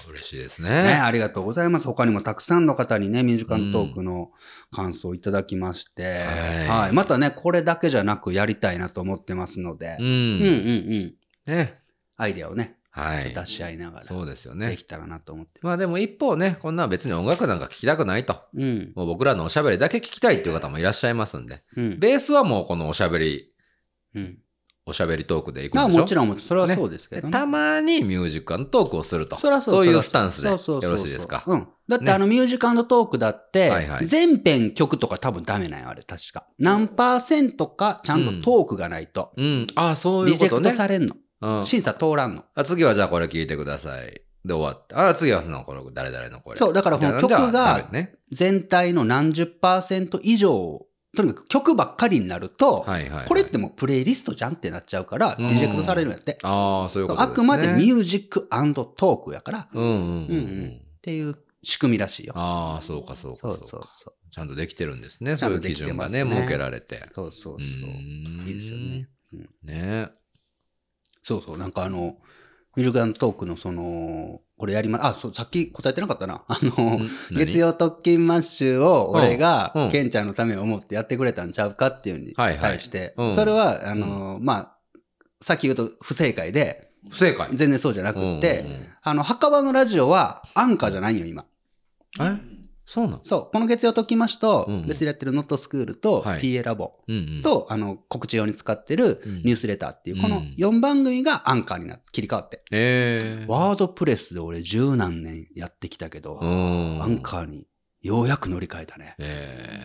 Speaker 2: ー、嬉しいです
Speaker 1: ね、
Speaker 2: ね。
Speaker 1: ありがとうございます。他にもたくさんの方にね、ミュージカルトークの感想をいただきまして、
Speaker 2: はい
Speaker 1: はい。またね、これだけじゃなくやりたいなと思ってますので
Speaker 2: う、
Speaker 1: うん、うんうん
Speaker 2: ん。ね。
Speaker 1: アイデアをね、
Speaker 2: はい。
Speaker 1: 出し合いながら
Speaker 2: そうですよ
Speaker 1: で
Speaker 2: ね。
Speaker 1: きたらなと思って。
Speaker 2: まあでも一方ね、こんなん別に音楽なんか聴きたくないと。
Speaker 1: うん、
Speaker 2: もう僕らのおしゃべりだけ聞きたいっていう方もいらっしゃいますんで。
Speaker 1: うん、
Speaker 2: ベースはもうこのおしゃべり、
Speaker 1: うん。
Speaker 2: おしゃべりトークでいくんで
Speaker 1: ま
Speaker 2: し
Speaker 1: あ
Speaker 2: ょ
Speaker 1: もちろん、もちろんそれはそうですけ
Speaker 2: で
Speaker 1: どね。
Speaker 2: たまにミュージックトークをすると。
Speaker 1: そりゃそう
Speaker 2: い
Speaker 1: そりゃそう
Speaker 2: うスタンスで
Speaker 1: そ
Speaker 2: よ
Speaker 1: うそうそうそう
Speaker 2: ろしいですか。
Speaker 1: うん。だって
Speaker 2: ね
Speaker 1: あのミュージカルトークだって
Speaker 2: はいは、い
Speaker 1: 全編曲とか多分ダメなんよ、あれ確か。何パーセントかちゃんとトークがないと、
Speaker 2: うん。ああ、そうい
Speaker 1: リ
Speaker 2: う
Speaker 1: ジェ
Speaker 2: こと
Speaker 1: クト
Speaker 2: ね。
Speaker 1: されんの。
Speaker 2: うん
Speaker 1: 審査通らんの。
Speaker 2: あ次はじゃあこれ聞いてください。で終わって。あ次はそのこの誰々のこれ。
Speaker 1: そう、だからこの曲
Speaker 2: みたいなのじゃダ
Speaker 1: が
Speaker 2: メね。
Speaker 1: 全体の何十パーセント以上、とにかく曲ばっかりになると、
Speaker 2: はいはいはい。
Speaker 1: これってもうプレイリストじゃんってなっちゃうから、
Speaker 2: うん
Speaker 1: リジェクトされるんやって。
Speaker 2: ああ、そういうこと
Speaker 1: あくまでミ
Speaker 2: ュ
Speaker 1: ュージックトークやから、っ
Speaker 2: うんうんうん
Speaker 1: う
Speaker 2: うんん
Speaker 1: う。んていう仕組みらしいよ。
Speaker 2: ああ、そうかそう
Speaker 1: そ
Speaker 2: か
Speaker 1: う
Speaker 2: そう
Speaker 1: そ
Speaker 2: か
Speaker 1: う。そう。
Speaker 2: ちゃんとできてるんですね。
Speaker 1: ちゃ
Speaker 2: そ
Speaker 1: ん
Speaker 2: うい
Speaker 1: と
Speaker 2: う
Speaker 1: で
Speaker 2: 基
Speaker 1: きて
Speaker 2: 準
Speaker 1: ま
Speaker 2: が
Speaker 1: すね
Speaker 2: ね、設けられて。
Speaker 1: そうそうそ
Speaker 2: う
Speaker 1: う。
Speaker 2: ん
Speaker 1: いいですよね。。うん
Speaker 2: ね
Speaker 1: そうそう、なんかあの、ミルガントークのその、これやりま、あ、そう、さっき答えてなかったな。あの、
Speaker 2: 何
Speaker 1: 月曜特勤マッシュを俺が
Speaker 2: うんう、ん
Speaker 1: ケンちゃんのためを思ってやってくれたんちゃうかっていうのに
Speaker 2: はいはい
Speaker 1: 対して
Speaker 2: う、ん
Speaker 1: それは、あの、まあ、さっき言うと不正解で、
Speaker 2: 不正解。
Speaker 1: 全然そうじゃなくっ
Speaker 2: うんうんう
Speaker 1: て
Speaker 2: ん、
Speaker 1: あの、墓場のラジオはアンカーじゃないよ、今。
Speaker 2: えそうなの
Speaker 1: そう、この月曜特勤マッシュと
Speaker 2: うんうん、
Speaker 1: 別にやってるノットスクールと、
Speaker 2: はい
Speaker 1: TA ラボ
Speaker 2: うんうん。
Speaker 1: と、あの、告知用に使ってる
Speaker 2: うん
Speaker 1: ニュースレターっていう、この
Speaker 2: うん
Speaker 1: 4番組がアンカーになって、切り替わって。
Speaker 2: ええ。
Speaker 1: ワードプレスで俺十何年やってきたけど、
Speaker 2: うん。
Speaker 1: アンカーにようやく乗り換えたね。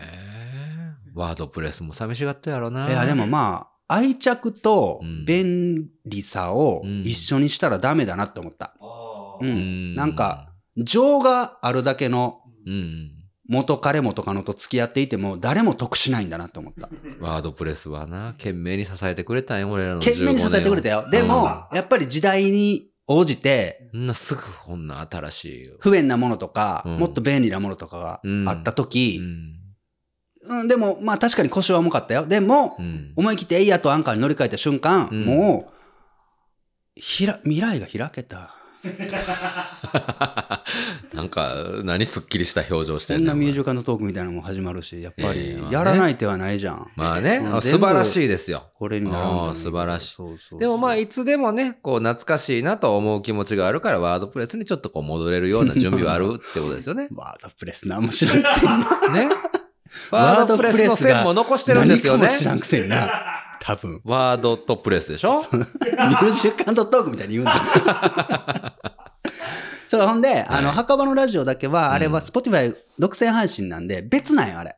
Speaker 2: ええ。ワードプレスも寂しがったやろな。
Speaker 1: いや、でもまあ、愛着と
Speaker 2: うん
Speaker 1: 便利さを一緒にしたらダメだなって思った。うん。
Speaker 2: うん
Speaker 1: なんか、情があるだけの
Speaker 2: うん。
Speaker 1: 元彼元カノと付き合っていても誰も得しないんだなって思った。
Speaker 2: ワードプレスはな、懸命に支えてくれたんよ、俺らの15年を。
Speaker 1: 懸命に支えてくれたよ。でも、やっぱり時代に応じて
Speaker 2: うん。そんなすぐこんな新しい。
Speaker 1: 不便なものとか、
Speaker 2: うん
Speaker 1: もっと便利なものとかがあった時、
Speaker 2: うん。
Speaker 1: うん、でも、まあ確かに腰は重かったよ。でも、
Speaker 2: うん。
Speaker 1: 思い切ってエイヤとアンカーに乗り換えた瞬間、
Speaker 2: うん
Speaker 1: もう、ひら、未来が開けた。
Speaker 2: なんか、何すっきりした表情して
Speaker 1: こ
Speaker 2: ん
Speaker 1: ん
Speaker 2: ね
Speaker 1: なんミュージカルのトークみたいなのも始まるし、やっぱ
Speaker 2: いやい
Speaker 1: り
Speaker 2: やまあ、ね
Speaker 1: やらない手はないじゃん。
Speaker 2: まあね、
Speaker 1: うん
Speaker 2: あ素晴らしいですよ。
Speaker 1: これにならんの
Speaker 2: あ
Speaker 1: に
Speaker 2: ー素晴らしい
Speaker 1: そうそう。
Speaker 2: でもまあ、いつでもね、こう、懐かしいなと思う気持ちがあるから、ワードプレスにちょっとこう、戻れるような準備はあるってことですよね
Speaker 1: ワードプレスな、面白いくせにな。
Speaker 2: ね。
Speaker 1: ワ
Speaker 2: ワ
Speaker 1: ー
Speaker 2: ー
Speaker 1: ド
Speaker 2: ド
Speaker 1: プレ
Speaker 2: プレ
Speaker 1: スが
Speaker 2: スの線も残してるんですよ
Speaker 1: 何
Speaker 2: ね
Speaker 1: かも。知らんくせにな。多 分。
Speaker 2: ワードとプレスでしょ
Speaker 1: ミュージカルのトークみたいに言うんだ。そう、ほんで、あの、墓場のラジオだけは、あれは Spotify 独占配信なんで、別なんよ、あれ。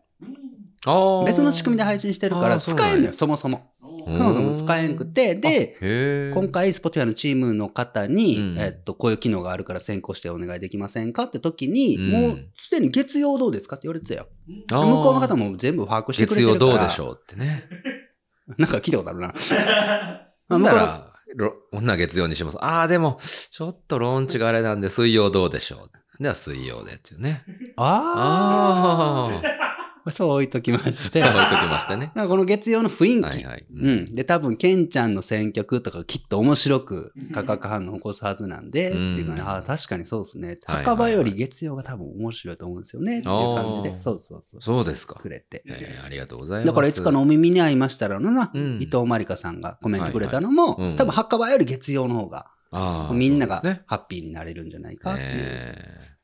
Speaker 2: ああ。
Speaker 1: 別の仕組みで配信してるか
Speaker 2: あ
Speaker 1: ら、
Speaker 2: ー
Speaker 1: 使
Speaker 2: そうなんや
Speaker 1: えんのよ、そもそも。そもそも使えんくて、で、
Speaker 2: へえ。
Speaker 1: 今回、Spotify のチームの方に、
Speaker 2: うん
Speaker 1: えっと、こういう機能があるから先行してお願いできませんかって時に、
Speaker 2: うん
Speaker 1: もう、すでに月曜どうですかって言われてたよ。
Speaker 2: あー
Speaker 1: 向こうの方も全部把握してくれ
Speaker 2: 月
Speaker 1: てるか
Speaker 2: 曜
Speaker 1: ら。
Speaker 2: どうでしょうってね。
Speaker 1: うなんか聞いたことあるな。まあ
Speaker 2: ほん
Speaker 1: 向
Speaker 2: な
Speaker 1: こうの
Speaker 2: ら、ろほんなら月曜にします。ああ、でも、ちょっとローンチがあれなんで、水曜どうでしょう。では水曜でっていうね。
Speaker 1: あ
Speaker 2: ああ。
Speaker 1: あ。そう置いときまして。
Speaker 2: 置い
Speaker 1: なん
Speaker 2: ときましたね。
Speaker 1: かこの月曜の雰囲気。
Speaker 2: はいはい。
Speaker 1: う。ん。で、多分、ケンちゃんの選曲とかきっと面白く価格反応を起こすはずなんで、
Speaker 2: うん
Speaker 1: っていうかね、ああ、確かにそうですね。
Speaker 2: はいはい
Speaker 1: 墓場より月曜が多分面白いと思うんですよね、っていう感じ
Speaker 2: あー
Speaker 1: で、そうそうそう、
Speaker 2: そうですか
Speaker 1: く。れて。
Speaker 2: えーありがとうございます。
Speaker 1: だから、いつかのお耳に合いましたらのな、
Speaker 2: うん
Speaker 1: 伊藤まりかさんがコメントくれたのも、
Speaker 2: はいはいうん
Speaker 1: 多分、墓場より月曜の方が、
Speaker 2: あー、
Speaker 1: みんなが
Speaker 2: そうですね
Speaker 1: ハッピーになれるんじゃないかっていう。
Speaker 2: えー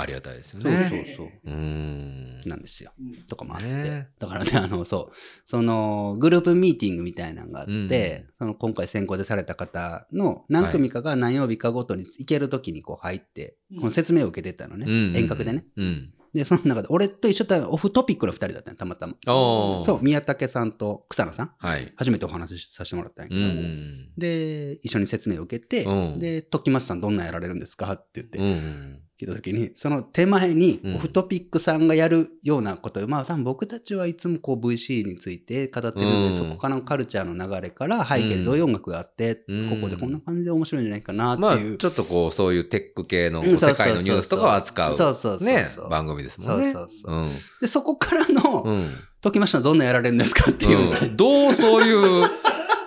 Speaker 2: ありがたいですよ
Speaker 1: そう
Speaker 2: ね。
Speaker 1: そうそう。
Speaker 2: うーん。
Speaker 1: なんですよ。とかもあって。
Speaker 2: ね
Speaker 1: だからね、あの、そう、その、グループミーティングみたいなのがあって、その、今回選考でされた方の何組かが何曜日かごとに行けるときにこう入って、この説明を受けてったのね、
Speaker 2: うん
Speaker 1: 遠隔でね。。
Speaker 2: うん。
Speaker 1: で、その中で、俺と一緒だったらオフトピックの二人だったの、たまたま。
Speaker 2: おー
Speaker 1: そう、宮武さんと草野さん、
Speaker 2: はい。
Speaker 1: 初めてお話しさせてもらったんやけ
Speaker 2: う
Speaker 1: ど、
Speaker 2: ん。
Speaker 1: で、一緒に説明を受けて、
Speaker 2: うん
Speaker 1: で、時松さんどんなんやられるんですかって言って
Speaker 2: う、ん。
Speaker 1: 聞いた時に、その手前に
Speaker 2: うん
Speaker 1: オフトピックさんがやるようなこと、まあ多分僕たちはいつもこう VC について語ってるので、
Speaker 2: うん
Speaker 1: そこからのカルチャーの流れから背景でどういう音楽があって、
Speaker 2: うん
Speaker 1: ここでこんな感じで面白いんじゃないかなって
Speaker 2: まあ、
Speaker 1: いう。
Speaker 2: ちょっとこう、そういうテック系のこ
Speaker 1: う
Speaker 2: うん
Speaker 1: そうそうそ
Speaker 2: 世
Speaker 1: う
Speaker 2: 界のニュースとかを扱う。
Speaker 1: そうそうそう
Speaker 2: ね
Speaker 1: そう、
Speaker 2: 番組ですもんね。
Speaker 1: そうそうで、そこからの、
Speaker 2: うん。うん。
Speaker 1: 時ましたどんなやられるんですかっていう、
Speaker 2: うんどうそういう、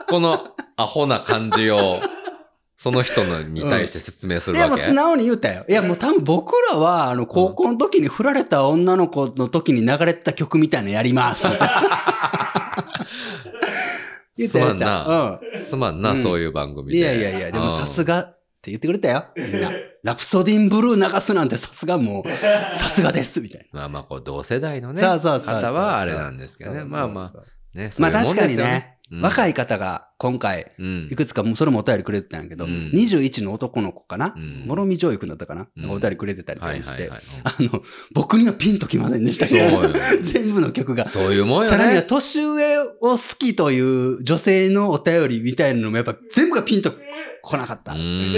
Speaker 2: このアホな感じを、その人のに対して説明する
Speaker 1: で
Speaker 2: わ
Speaker 1: も
Speaker 2: け。
Speaker 1: 素直に言うたよ。いやもう多分僕らは、あの、高校の時に振られた女の子の時に流れてた曲みたいなのやり ます。みたいな言うた言う
Speaker 2: すまん
Speaker 1: た。うん。
Speaker 2: すまんな、
Speaker 1: うん
Speaker 2: そういう番組で。
Speaker 1: いやいやいや、でもさす
Speaker 2: が。
Speaker 1: がって言ってくれたよ。みんな。ラプソディンブルー流すなんてさすがもう、 さすがです、みたい
Speaker 2: まあまあ、こう、同世代の
Speaker 1: な。
Speaker 2: ね、
Speaker 1: そうそうそう。
Speaker 2: 方はあれなんですけどね。
Speaker 1: そうそう
Speaker 2: ま
Speaker 1: そ
Speaker 2: あ
Speaker 1: う
Speaker 2: まあ、ね、
Speaker 1: まあ確かに
Speaker 2: そういうもんです
Speaker 1: ね、
Speaker 2: ようん
Speaker 1: 若い方が今回、
Speaker 2: よ。うん
Speaker 1: い。くつかもうそれもお便りくれてたんやけど、
Speaker 2: うん
Speaker 1: 21の男の子かな、
Speaker 2: うん
Speaker 1: 諸見上優くんだったかな、
Speaker 2: うん
Speaker 1: お便りくれてたりとか
Speaker 2: はい
Speaker 1: して、
Speaker 2: はいはい。
Speaker 1: あの、僕にはピンときませんでしたけ
Speaker 2: そうよ
Speaker 1: ど、 全部の曲が。
Speaker 2: そういうもんよ
Speaker 1: さらには
Speaker 2: ね。
Speaker 1: 年上を好きという女性のお便りみたいなのもやっぱ全部がピンと来なかった
Speaker 2: う。ーん。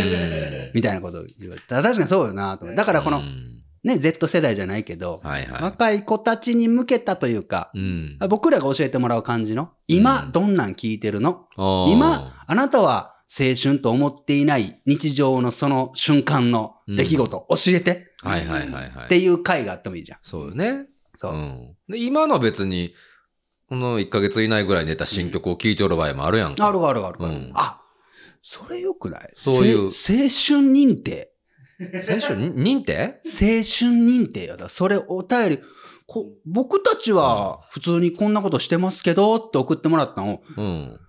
Speaker 1: みたいなことを言われた。確かにそうよなと思ってだからこの
Speaker 2: う、ん
Speaker 1: ね、Z 世代じゃないけど、
Speaker 2: はいは
Speaker 1: 若い子たちに向けたというか
Speaker 2: い。、うん。
Speaker 1: 僕らが教えてもらう感じの、今
Speaker 2: うん
Speaker 1: どんなん聞いてるの
Speaker 2: あー
Speaker 1: 今、あなたは青春と思っていない日常のその瞬間の出来事、教えて
Speaker 2: はいはいはいは
Speaker 1: っ
Speaker 2: い。
Speaker 1: ていう回があってもいいじゃん。
Speaker 2: そうよね。
Speaker 1: そうう。
Speaker 2: ん。で今の別に、この1ヶ月以内ぐらいに出た新曲を聴いておる場合もあるやんか。
Speaker 1: あるあるあるある。
Speaker 2: うん
Speaker 1: あ、それよくない
Speaker 2: そういう
Speaker 1: せ青春認定。
Speaker 2: 最初、に認定
Speaker 1: 青春認定やだ。それお便り、こ僕たちは普通にこんなことしてますけどって送ってもらったの
Speaker 2: うん。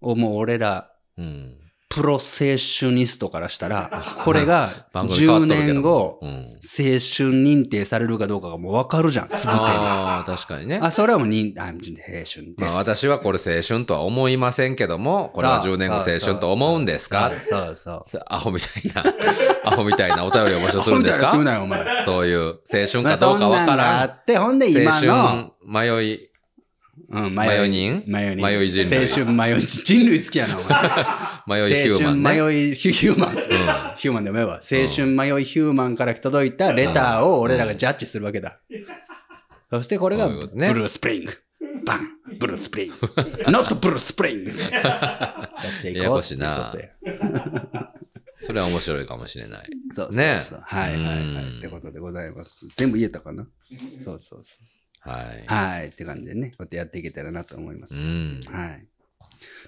Speaker 1: を、もう俺ら、
Speaker 2: うん。
Speaker 1: プロ青春ニストからした ら、これが
Speaker 2: 番組変わっ
Speaker 1: 10
Speaker 2: とるけど
Speaker 1: 年後、
Speaker 2: う
Speaker 1: 青
Speaker 2: ん。
Speaker 1: 春認定されるかどうかがもうわかるじゃん、つぶてに。
Speaker 2: ああ、確かにね。
Speaker 1: あ、それはもう認、あ、青春です。
Speaker 2: まあ私はこれ青春とは思いませんけども、これは
Speaker 1: そう
Speaker 2: 10年後青春と思うんですか
Speaker 1: そうそう。
Speaker 2: アホみたいな、 アホみたいなお便りを募集するんです
Speaker 1: あ
Speaker 2: か
Speaker 1: ほんたら食うなよ、お前。
Speaker 2: そういう青春かどうか
Speaker 1: まあそん
Speaker 2: わか
Speaker 1: なんがあ
Speaker 2: らん。
Speaker 1: って、ほんで今の、
Speaker 2: 青春迷い、
Speaker 1: うん、
Speaker 2: 迷い人
Speaker 1: 迷い人。
Speaker 2: 迷い人類
Speaker 1: 青春迷い人人類好きやな、お前。
Speaker 2: 迷いヒュー マン
Speaker 1: 青春
Speaker 2: ね。
Speaker 1: 迷いヒュヒューマン。ヒューマンでもええわ。青春迷いヒューマンから届いたレターを俺らがジャッジするわけだ。そしてこれが
Speaker 2: そう
Speaker 1: ブ
Speaker 2: いう
Speaker 1: ル
Speaker 2: ことね
Speaker 1: ースプリング。バンブルースプリング。not ブルースプリングやっていこう
Speaker 2: ややこしいな
Speaker 1: っていうことや
Speaker 2: それは面白いかもしれない。
Speaker 1: そうそうそう
Speaker 2: ね
Speaker 1: はいはいは
Speaker 2: うん
Speaker 1: い。ってことでございます。全部言えたかなそうそうそう。
Speaker 2: はい。
Speaker 1: はい。って感じでね、こうやってやっていけたらなと思いま
Speaker 2: う
Speaker 1: す。
Speaker 2: ん。
Speaker 1: はい。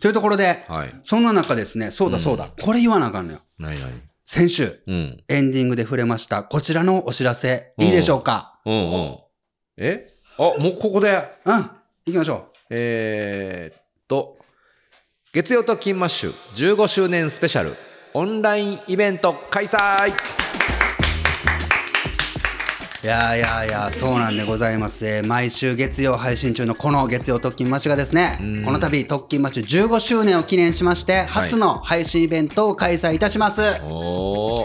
Speaker 1: というところで、
Speaker 2: はい。
Speaker 1: そんな中ですね、そうだそうだ、これ言わなあかんのよ。
Speaker 2: 何何
Speaker 1: 先週、
Speaker 2: うん。
Speaker 1: エンディングで触れました、こちらのお知らせ、いいでしょうか
Speaker 2: うんうん。えあ、もうここで、
Speaker 1: うん。行きましょ
Speaker 2: えーっと、月曜と金マッシュ15周年スペシャルオンラインイベント開催
Speaker 1: う。いやいやいや、そうなんでございます。えー毎週月曜配信中のこの月曜特勤マッシュがですね、この度特勤マッシュ15周年を記念しまして、
Speaker 2: い
Speaker 1: 初の配信イベントを開催いたします。
Speaker 2: おー。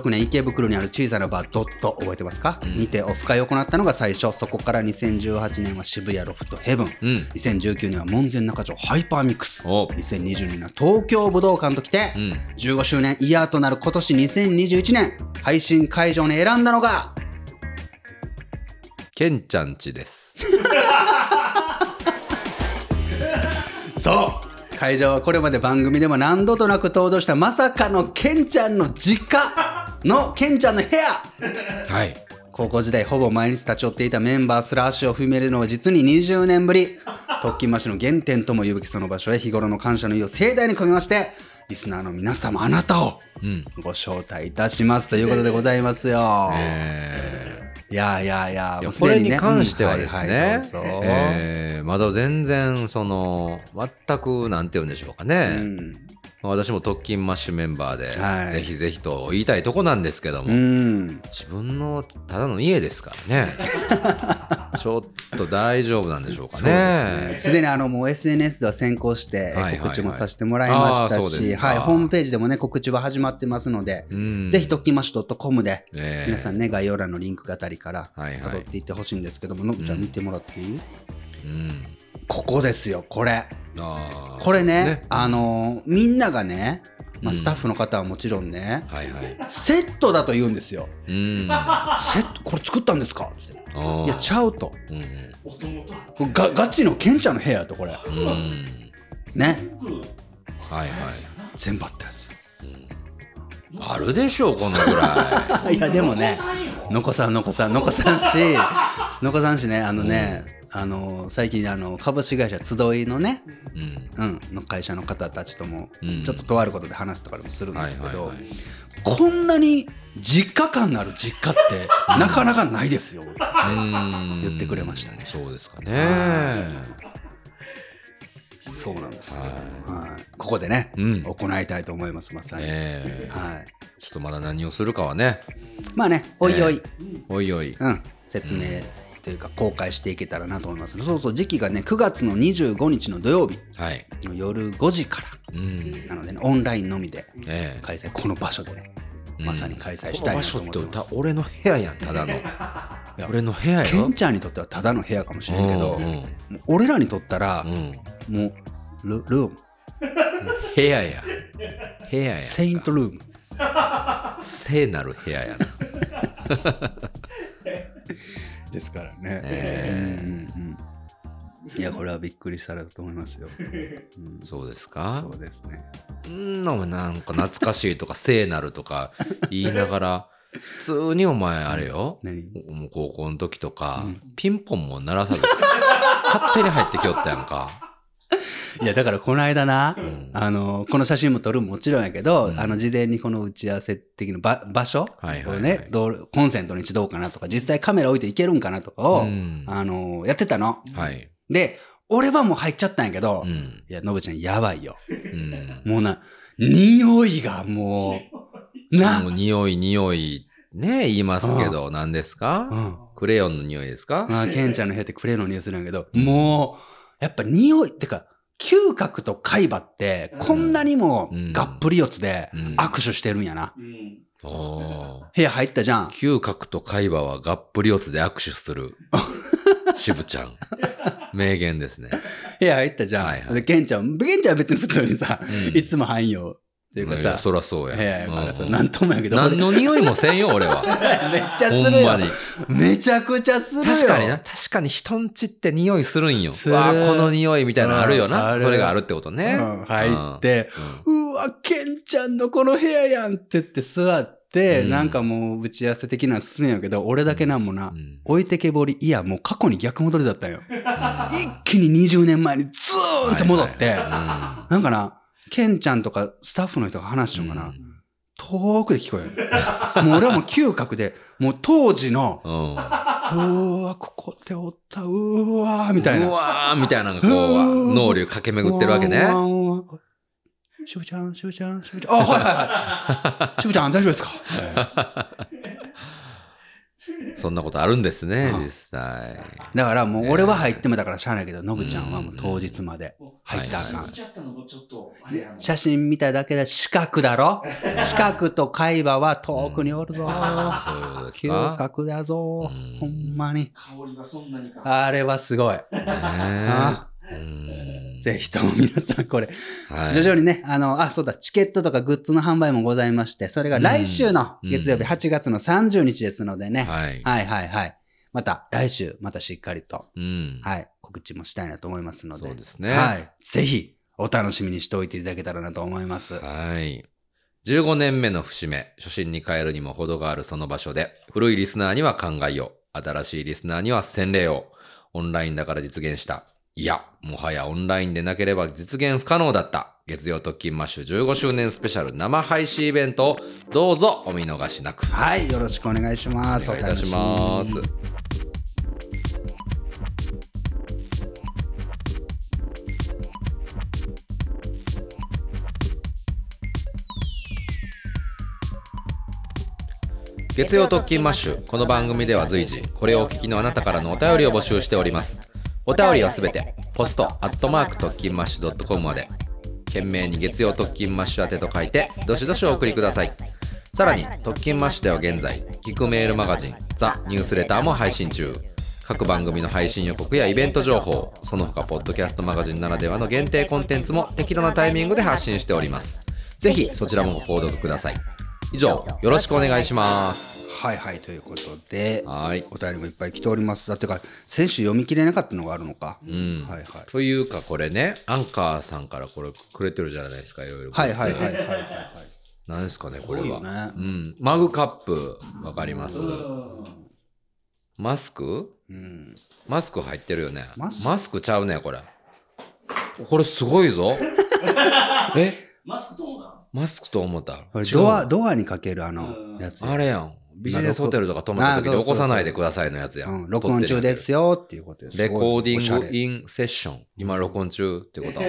Speaker 1: 2016年池袋にある小さなバードット覚えてますか、にてオフ会を行ったのが最初そこから2018年は渋谷ロフトヘブン、
Speaker 2: うん
Speaker 1: 2019年は門前仲町ハイパーミックス
Speaker 2: お
Speaker 1: 2022年は東京武道館ときて、
Speaker 2: ん
Speaker 1: 15周年イヤーとなる今年2021年配信会場に選んだのが
Speaker 2: ケンちゃんちです。
Speaker 1: そう会場はこれまで番組でも何度となく登場したまさかのケンちゃんの実家のケンちゃんの部屋
Speaker 2: はい。
Speaker 1: 高校時代ほぼ毎日立ち寄っていたメンバーすら足を踏み入れるのは実に20年ぶり特訓マッシュの原点とも言うべきその場所へ日頃の感謝の意を盛大に込めましてリスナーの皆様あなたを
Speaker 2: うん。
Speaker 1: ご招待いたしますということでございますよ。
Speaker 2: え
Speaker 1: いやいやいや、
Speaker 2: ーい
Speaker 1: も
Speaker 2: や
Speaker 1: うす
Speaker 2: こ
Speaker 1: で
Speaker 2: れ
Speaker 1: ね
Speaker 2: に関してはです
Speaker 1: うんはいは
Speaker 2: ね
Speaker 1: いどうぞ、
Speaker 2: えーまだ全然、その、全く、なんて言うんでしょうかね。
Speaker 1: うん
Speaker 2: まあ私も特勤マッシュメンバーで、
Speaker 1: はい
Speaker 2: ぜひぜひと言いたいとこなんですけども、
Speaker 1: うん。
Speaker 2: 自分のただの家ですか らねちょっと大丈夫なんでしょうかね
Speaker 1: すでにあのもう SNS では先行して
Speaker 2: はいはいはい
Speaker 1: 告知もさせてもらいました
Speaker 2: あーそうで
Speaker 1: し、
Speaker 2: すか
Speaker 1: はい、ホームページでもね、告知は始まってますので、
Speaker 2: うん
Speaker 1: ぜひ、特訓マッシュ .com で、
Speaker 2: ええ
Speaker 1: 皆さんね、概要欄のリンクがたりから、
Speaker 2: はいはい
Speaker 1: 辿っていってほしいんですけども、のぶちゃん見てもらっていい
Speaker 2: うん
Speaker 1: ここですよ、これ。
Speaker 2: あー
Speaker 1: これね、
Speaker 2: ね
Speaker 1: あのーみんながね、まあ、スタッフの方はもちろんね、
Speaker 2: はいはい
Speaker 1: セットだと言うんですよ。
Speaker 2: うん
Speaker 1: セットこれ作ったんですか?」って
Speaker 2: あ
Speaker 1: いやちゃうと
Speaker 2: うん
Speaker 1: これガガチのケンちゃんの部屋やとこれ
Speaker 2: うん
Speaker 1: ね
Speaker 2: はいは
Speaker 1: 全部あったやつ
Speaker 2: いあるでしょうこのぐら
Speaker 1: あいやでもねのこさんのこさんのこさんしのこさんしねあのね、あの最近あの株式会社集いのね、
Speaker 2: い、うん、
Speaker 1: うん、の会社の方たちとも、
Speaker 2: うん
Speaker 1: ちょっととあることで話とかでもするんですけど、
Speaker 2: はいはいはい
Speaker 1: こんなに実家感のある実家ってなかなかないですよ。
Speaker 2: うん
Speaker 1: 言ってくれましたね
Speaker 2: そうですかね
Speaker 1: そうなんですよ、
Speaker 2: はい
Speaker 1: はい、ここでね、
Speaker 2: うん
Speaker 1: 行いたいと思いますまさに。
Speaker 2: ええ
Speaker 1: はい
Speaker 2: ちょっとまだ何をするかはね
Speaker 1: まあね、おいおい、
Speaker 2: おいおい
Speaker 1: うん、説明というか、公開していけたらなと思います。そうそう、時期がね、9月の25日の土曜日
Speaker 2: はい
Speaker 1: の夜5時か
Speaker 2: うん
Speaker 1: ら、なのでね、オンラインのみで
Speaker 2: ええ
Speaker 1: 開催、この場所でね、
Speaker 2: うん
Speaker 1: まさに開催し
Speaker 2: こ
Speaker 1: たい
Speaker 2: の
Speaker 1: な
Speaker 2: 場
Speaker 1: と
Speaker 2: 所っ
Speaker 1: 思っててます。
Speaker 2: た俺の部屋やんただの
Speaker 1: や
Speaker 2: 俺の部屋
Speaker 1: ケ
Speaker 2: よ
Speaker 1: ンちゃんにとってはただの部屋かもしれんけど、
Speaker 2: うんうん
Speaker 1: もう俺らにとったら、
Speaker 2: うん
Speaker 1: もう、ルルーム、
Speaker 2: 部屋や部屋や
Speaker 1: セイントルーム。
Speaker 2: 聖なる部屋やな
Speaker 1: ですからね。うんうんうんいや、これはびっくりしたらと思いますよ。
Speaker 2: そうですか
Speaker 1: そうですね。
Speaker 2: うんなお前なんか懐かしいとか聖なるとか言いながら普通にお前あれよ
Speaker 1: 何
Speaker 2: もう高校の時とか、ピンポンも鳴らさず勝手に入ってきよったやんか
Speaker 1: いや、だからこの間な、
Speaker 2: ん
Speaker 1: あの、この写真も撮るももちろんやけど、あの、事前にこの打ち合わせ的な場場所
Speaker 2: はいはいはい
Speaker 1: をね、どうコンセントにどうかなとか、実際カメラ置いていけるんかなとかを、
Speaker 2: うん
Speaker 1: あの、やってたの。
Speaker 2: はい
Speaker 1: で、俺はもう入っちゃったんやけど、
Speaker 2: う
Speaker 1: い
Speaker 2: ん
Speaker 1: や、のぶちゃんやばいよ。
Speaker 2: うん
Speaker 1: もうな、匂いがもう、
Speaker 2: も
Speaker 1: な、
Speaker 2: う匂い匂いね言いますけど何です
Speaker 1: う
Speaker 2: か
Speaker 1: ん。
Speaker 2: クレヨンの匂いですか
Speaker 1: まあ、ケンちゃんの部屋ってクレーの匂いするんやけど、もう、やっぱ匂い、ってか、嗅覚と海馬って、こんなにも
Speaker 2: うん
Speaker 1: がっぷり四つで
Speaker 2: うん
Speaker 1: 握手してるんやな。
Speaker 2: おー
Speaker 1: 部屋入ったじゃん。
Speaker 2: 嗅覚と海馬はがっぷり四つで握手 する。しぶちゃん。名言ですね。
Speaker 1: 部屋入ったじゃん。
Speaker 2: はいはい
Speaker 1: で、ケンちゃん、ケンちゃんは別に普通にさ、
Speaker 2: う ん
Speaker 1: いつも汎用っていう
Speaker 2: い
Speaker 1: か
Speaker 2: や
Speaker 1: さ、
Speaker 2: そらそうや。
Speaker 1: 部屋やからさ、
Speaker 2: うん
Speaker 1: なんともやけど、
Speaker 2: 何の匂いもせんよ、俺 は。
Speaker 1: 俺めっちゃ
Speaker 2: ほ
Speaker 1: す
Speaker 2: ん
Speaker 1: るよ
Speaker 2: ま。に。
Speaker 1: めちゃくちゃするよ。
Speaker 2: 確かにな。確かに人んちって匂いするんよ。
Speaker 1: する
Speaker 2: わあ、この匂いみたいなのあるよ
Speaker 1: うんあ
Speaker 2: な。
Speaker 1: る
Speaker 2: それがあるってことね。
Speaker 1: うん、入って、うわ、ケンちゃんのこの部屋やんって言って座って、
Speaker 2: うん
Speaker 1: なんかもう打ち合わせ的なん進めんやけど、俺だけなんもな、
Speaker 2: うん
Speaker 1: 置いてけぼり、いや、もう過去に逆戻りだったんよ。一気に20年前にズーンって戻って、なんかな、ケンちゃんとかスタッフの人が話しようかな、遠くで聞こえる。もう俺はもう嗅覚で、もう当時の、
Speaker 2: うん。うん。うん。う
Speaker 1: うーわ、ここっておった、うーわー、みたいな。
Speaker 2: わーみたいなのがこうは、
Speaker 1: うん
Speaker 2: 脳裏駆け巡ってるわけね。
Speaker 1: しぶちゃん、しぶちゃん、し ぶちゃん。あ、はいはいはい。しぶちゃん、大丈夫ですか
Speaker 2: そんなことあるんですね、実際。
Speaker 1: だからもう俺は入ってもだからしゃあないけど、野口ちゃんはもう当日まで入ったらあかん
Speaker 3: 見ちゃったのもちょっと、あれやな
Speaker 1: 写真見ただけで四角だ ろ四角と海馬は遠くにおるぞ。
Speaker 2: そういうことです
Speaker 1: 嗅
Speaker 2: か。
Speaker 1: 覚だぞ
Speaker 2: うん。
Speaker 1: ほんまに。
Speaker 3: 香りがそんなにか。
Speaker 1: あれはすごい。
Speaker 2: ね
Speaker 1: あ
Speaker 2: えうん
Speaker 1: ぜひとも皆さんこれ、
Speaker 2: はい
Speaker 1: 徐々にね、あの、あ、そうだ、チケットとかグッズの販売もございまして、それが来週の
Speaker 2: うん
Speaker 1: 月曜日
Speaker 2: うん
Speaker 1: 8月の30日ですのでね。
Speaker 2: はい。
Speaker 1: はいはいはい。また来週、またしっかりと、
Speaker 2: うん。
Speaker 1: はい、告知もしたいなと思いますので。
Speaker 2: そうですね。
Speaker 1: はい。ぜひ、お楽しみにしておいていただけたらなと思います。
Speaker 2: はい。15年目の節目、初心に変えるにも程があるその場所で、古いリスナーには考えを、新しいリスナーには洗礼を、オンラインだから実現した。いや、もはやオンラインでなければ実現不可能だった。月曜特勤マッシュ15周年スペシャル生配信イベントをどうぞお見逃しなく。
Speaker 1: はい、よろしくお願いします。
Speaker 2: お願いいたします。月曜特勤マッシュこの番組では随時これをお聞きのあなたからのお便りを募集しておりますお便りはすべてポストアットマーク特勤マッシュ .com まで懸命に月曜特勤マッシュ宛てと書いてどしどしお送りくださいさらに特勤マッシュでは現在聞くメールマガジンザ・ニュースレターも配信中各番組の配信予告やイベント情報その他ポッドキャストマガジンならではの限定コンテンツも適度なタイミングで発信しておりますぜひそちらもご購読ください以上よろしくお願いします
Speaker 1: はいはい、ということで、
Speaker 2: はい。
Speaker 1: お便りもいっぱい来ております。だってか、先週読み切れなかったのがあるのか。
Speaker 2: うん。
Speaker 1: はいはい。
Speaker 2: というか、これね、アンカーさんからこれくれてるじゃないですか、いろいろ。
Speaker 1: はいはいはい
Speaker 2: い。
Speaker 1: はいはい。
Speaker 2: 何ですかね、これ
Speaker 1: いいよ
Speaker 2: は。
Speaker 1: ね
Speaker 2: う。ん。マグカップ、わかります
Speaker 3: うん。
Speaker 2: マスク
Speaker 1: うん。
Speaker 2: マスク入ってるよね。
Speaker 1: マスク
Speaker 2: マスクちゃうね、これ。これすごい ぞ。え
Speaker 3: マスクどうなん
Speaker 2: マスクと思った。
Speaker 1: これ
Speaker 2: 違う
Speaker 1: ドア、ドアにかけるあの
Speaker 3: うん、
Speaker 1: やつ。
Speaker 2: あれやん。ビジネスホテルとか泊まった時
Speaker 1: あ
Speaker 2: に
Speaker 1: そうそうそう
Speaker 2: 起こさないでくださいのやつや。
Speaker 1: うんん、録音中で
Speaker 2: 撮って
Speaker 1: すよっていうことです。
Speaker 2: るやつ。レコーデ
Speaker 1: すごいお
Speaker 2: ィン
Speaker 1: しゃ
Speaker 2: グ
Speaker 1: れ
Speaker 2: インセッション。今録音中っ てこと。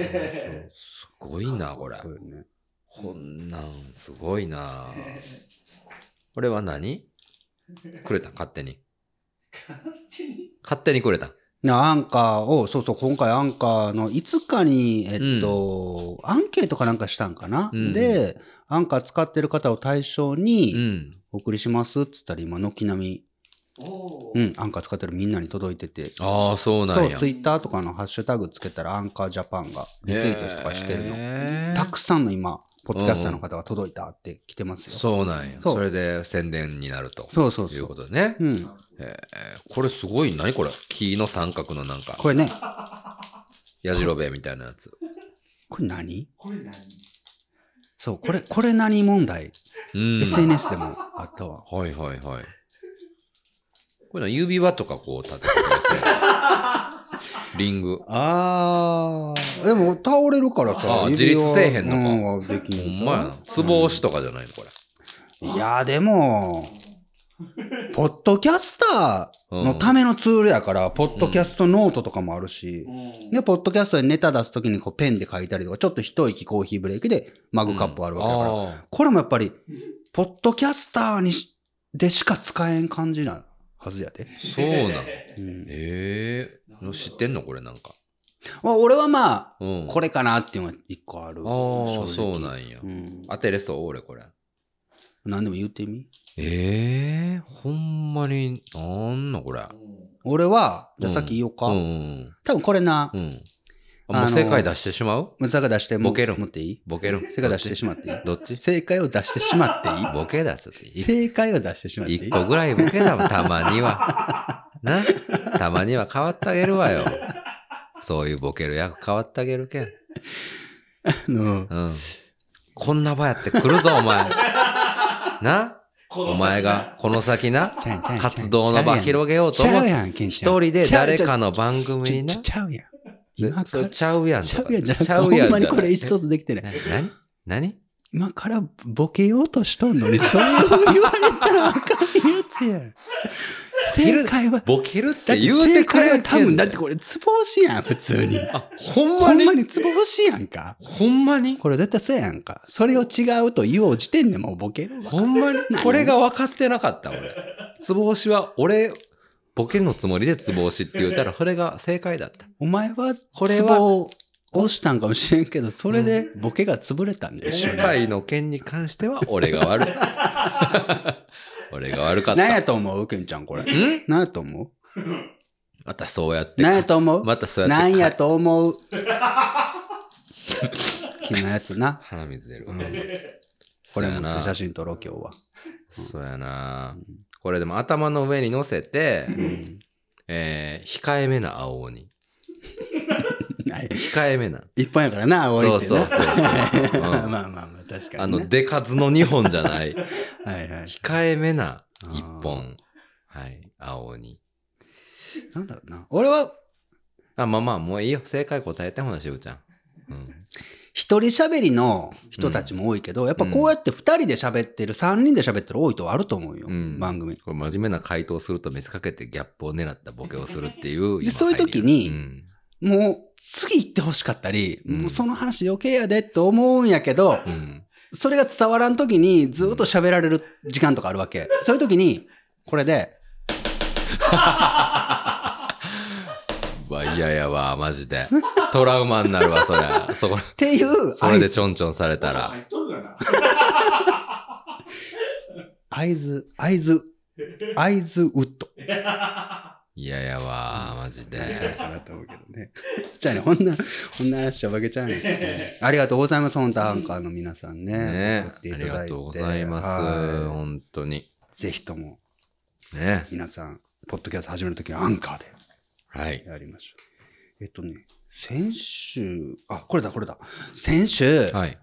Speaker 2: すごいな、これ。
Speaker 1: そうよね
Speaker 2: こんなんすごいなあこれは何くれた勝手に。勝手にくれた。
Speaker 1: なアンカーを、そうそう、今回アンカーのいつかに、えっと、アンケートかなんかしたんかな、
Speaker 2: うん
Speaker 1: で、アンカー使ってる方を対象に
Speaker 2: う、ん。
Speaker 1: お送りしますっつったら今、軒並み、
Speaker 3: お
Speaker 1: う
Speaker 3: ー
Speaker 1: ん、アンカー使ってるみんなに届いてて、
Speaker 2: ああ、そうな
Speaker 1: そ
Speaker 2: ん
Speaker 1: う、
Speaker 2: や。
Speaker 1: ツイッターとかのハッシュタグつけたらアンカージャパンがリツイートとかしてるの。
Speaker 2: へえ
Speaker 1: たくさんの今、ポッドキャスターの方が届いたって来てますよ。
Speaker 2: そうなんや。
Speaker 1: そう
Speaker 2: それで宣伝になると。
Speaker 1: そうそうそう
Speaker 2: いうことね。
Speaker 1: うん。
Speaker 2: へえこれすごい。何これ木の三角のなんか、
Speaker 1: これね、
Speaker 2: やじろべえみたいなやつ。
Speaker 1: これ何
Speaker 3: これ何
Speaker 1: そう、これ、これ何問題、
Speaker 2: うん。
Speaker 1: ?SNS でもあったわ。
Speaker 2: はいはいはい。これな指輪とかこう立ててくだ さい。リング。
Speaker 1: あー。でも倒れるからさ
Speaker 2: あ、ー
Speaker 1: 指輪
Speaker 2: 自立せえへんのか
Speaker 1: うん、できん
Speaker 2: ほ
Speaker 1: でし
Speaker 2: ん
Speaker 1: ょ
Speaker 2: まやな。つぼ押しとかじゃないのこれ。
Speaker 1: いや、でも、ポッドキャスターのためのツールやから、ポッドキャストノートとかもあるし、
Speaker 3: うん。
Speaker 1: で、ポッドキャストでネタ出すときにこうペンで書いたりとか、ちょっと一息コーヒーブレーキでマグカップあるわけだから、
Speaker 2: あー
Speaker 1: これもやっぱり、ポッドキャスターにしでしか使えん感じなはずやで。
Speaker 2: そうなん。
Speaker 1: うん
Speaker 2: ええ知ってんのこれなんか。
Speaker 1: まあ、俺はまあ、
Speaker 2: うん。
Speaker 1: こ
Speaker 2: れ。
Speaker 1: れかなっていうのが一個ある。
Speaker 2: ああ、そうなんや。
Speaker 1: うん。
Speaker 2: 当てれそう、俺これ。
Speaker 1: 何でも言ってみ。
Speaker 2: ええほんまに、なんのこれ。
Speaker 1: 俺は、じゃあ
Speaker 2: うん
Speaker 1: さっき言おうか。
Speaker 2: うんうん
Speaker 1: 多分これな
Speaker 2: う、ん。うん。あ
Speaker 1: あの
Speaker 2: もう
Speaker 1: ー
Speaker 2: 正解出してしまう
Speaker 1: ムツが出しても
Speaker 2: ボケる
Speaker 1: 持っていい
Speaker 2: ボケる。
Speaker 1: 正解出してしまっていい
Speaker 2: どっち
Speaker 1: 正解を出してしまってい
Speaker 2: ボケ出すって
Speaker 1: い
Speaker 2: い
Speaker 1: 正解を出してしまっていい
Speaker 2: 一個ぐらいボケだもん、たまには。 なたまには変わってあげるわよ。そういうボケる役変わってあげるけん。
Speaker 1: あの
Speaker 2: うん。こんな場やって来るぞ、お前。な
Speaker 3: この
Speaker 2: お
Speaker 3: 先
Speaker 2: 前が。この先な
Speaker 1: ちゃうやんちゃうやん
Speaker 2: 活動の場広げようと思っ
Speaker 1: ちゃう
Speaker 2: て
Speaker 1: やん、ケンちゃん
Speaker 2: 一人で誰かの番
Speaker 1: ちゃ
Speaker 2: 組
Speaker 1: うや
Speaker 2: に
Speaker 1: ん
Speaker 2: な
Speaker 1: ちゃうちゃうやん。今か
Speaker 2: そ
Speaker 1: ら
Speaker 2: うちゃうやん
Speaker 1: ち
Speaker 2: と
Speaker 1: ゃ
Speaker 2: か
Speaker 1: うやんじゃなくて、
Speaker 2: ちゃう
Speaker 1: ほ
Speaker 2: や
Speaker 1: んまに
Speaker 2: じゃ
Speaker 1: これ
Speaker 2: ない
Speaker 1: 一つできてない。
Speaker 2: え何
Speaker 1: 今からボケようとしとんのに、そう言われたらあかんやつやん。正解は、
Speaker 2: ボケるっ
Speaker 1: だってて
Speaker 2: 言うて
Speaker 1: 正
Speaker 2: くれ
Speaker 1: 解
Speaker 2: て
Speaker 1: は多
Speaker 2: ん
Speaker 1: 分、だってこれ、ツボ押しやん、普通に。
Speaker 2: あ、ほんま
Speaker 1: ほん
Speaker 2: に
Speaker 1: まにツボ押しやんか。
Speaker 2: ほんまに
Speaker 1: これ絶対そうやんか。それを違うと言おう時点でもうボケるわ。
Speaker 2: ほんまに
Speaker 1: 何
Speaker 2: これが分かってなかった、俺。つぼ押しは、俺、ボケのつもりでつぼ押しって言ったら、それが正解だった。
Speaker 1: お前は、こ
Speaker 2: こ
Speaker 1: れ
Speaker 2: れは
Speaker 1: は、押したんかもしれんけど、それでボケが潰れたんで一緒に。
Speaker 2: 今回の件に関しては、俺が 悪い。俺が悪かっ
Speaker 1: 何
Speaker 2: た。
Speaker 1: やと思うケンちゃん、これ。
Speaker 2: ん
Speaker 1: 何やと思う
Speaker 2: またそうやって。
Speaker 1: 何やと思う
Speaker 2: またそうやって
Speaker 1: 何やと思 う昨日のやつな。
Speaker 2: 鼻水出る。
Speaker 1: うんこ
Speaker 2: そう
Speaker 1: れ
Speaker 2: や
Speaker 1: も
Speaker 2: な。
Speaker 1: 写真撮ろう、今日は。
Speaker 2: そうやな。これでも頭の上に乗せて、えー、控えめな青鬼。
Speaker 1: はい
Speaker 2: 控えめ な。
Speaker 1: 一般やからな、青いって
Speaker 2: そう
Speaker 1: な。
Speaker 2: そうそうそううん
Speaker 1: まあまあまあまあ、確か
Speaker 2: あ
Speaker 1: に、
Speaker 2: の、
Speaker 1: ね。
Speaker 2: 出数の2本じゃない。
Speaker 1: はいはい。
Speaker 2: 控えめな一本。はい。青鬼。
Speaker 1: なんだろうな。俺は、
Speaker 2: あ、まあまあ、もういいよ。正解答えてほな、しぶちゃん。うん。
Speaker 1: 一人喋りの人たちも多いけど、やっぱこうやって二人で喋ってる、三人で喋ってる多いとあると思うよ、
Speaker 2: うん
Speaker 1: 番組。
Speaker 2: これ真面目な回答すると見せかけてギャップを狙ったボケをするっていう。
Speaker 1: で
Speaker 2: 今
Speaker 1: そういう時に
Speaker 2: うん
Speaker 1: もう、次行ってほしかったり、
Speaker 2: うん
Speaker 1: もうその話余計やでって思うんやけど、
Speaker 2: うん。
Speaker 1: それが伝わらん時にずっと喋られる時間とかあるわけ。そういう時に、これで、
Speaker 2: うわ、嫌やわ、マジで。トラウマになるわ、そりゃ。そこ、
Speaker 1: っていう
Speaker 2: それ
Speaker 1: 合
Speaker 2: で
Speaker 1: 図、
Speaker 2: ちょんちょんされたら。
Speaker 3: 入っとるかな。
Speaker 1: 合図、合図、合図ウッ ド。
Speaker 2: 嫌やわ、マジ
Speaker 1: なっちゃう
Speaker 2: で。
Speaker 1: かなと思うけどね。じゃあね、こんな、こんな話は負けちゃうね。 ありがとうございます、本当アンカーの皆さんね。
Speaker 2: ね
Speaker 1: 送ってい
Speaker 2: あ
Speaker 1: ただい
Speaker 2: り
Speaker 1: て
Speaker 2: がとうございます。
Speaker 1: は
Speaker 2: 本当に。
Speaker 1: いぜひとも、
Speaker 2: ね。
Speaker 1: 皆さん、ポッドキャスト始めるときはアンカーで
Speaker 2: はい。
Speaker 1: やりましょう。えっとね、先週、あ、これだ、これだ。先週、
Speaker 2: はい。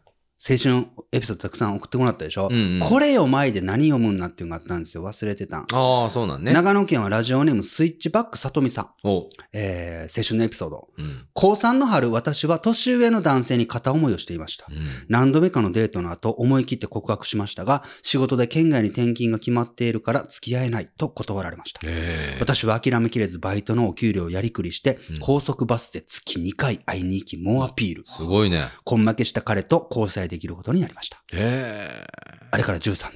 Speaker 1: 青春のエピソードたくさん送ってもらったでしょ、
Speaker 2: うんうん
Speaker 1: これよ、前で何読むんなっていうのがあったんですよ。忘れてたん。
Speaker 2: ああ、そうなんね。
Speaker 1: 長野県はラジオネームスイッチバックさとみさん。
Speaker 2: おう。
Speaker 1: えー、青春のエピソード。
Speaker 2: うん。
Speaker 1: 高3の春、私は年上の男性に片思いをしていました。
Speaker 2: う
Speaker 1: 何度目かのデートの後、思い切って告白しましたが、仕事で県外に転勤が決まっているから付き合えないと断られました。
Speaker 2: ん。え
Speaker 1: 私は諦めきれずバイトのお給料をやりくりして、
Speaker 2: うん
Speaker 1: 高速バスで月2回会いに行き、猛アピール。
Speaker 2: すごいね。
Speaker 1: 根負けした彼と交際できることになりました。
Speaker 2: え
Speaker 1: あれから13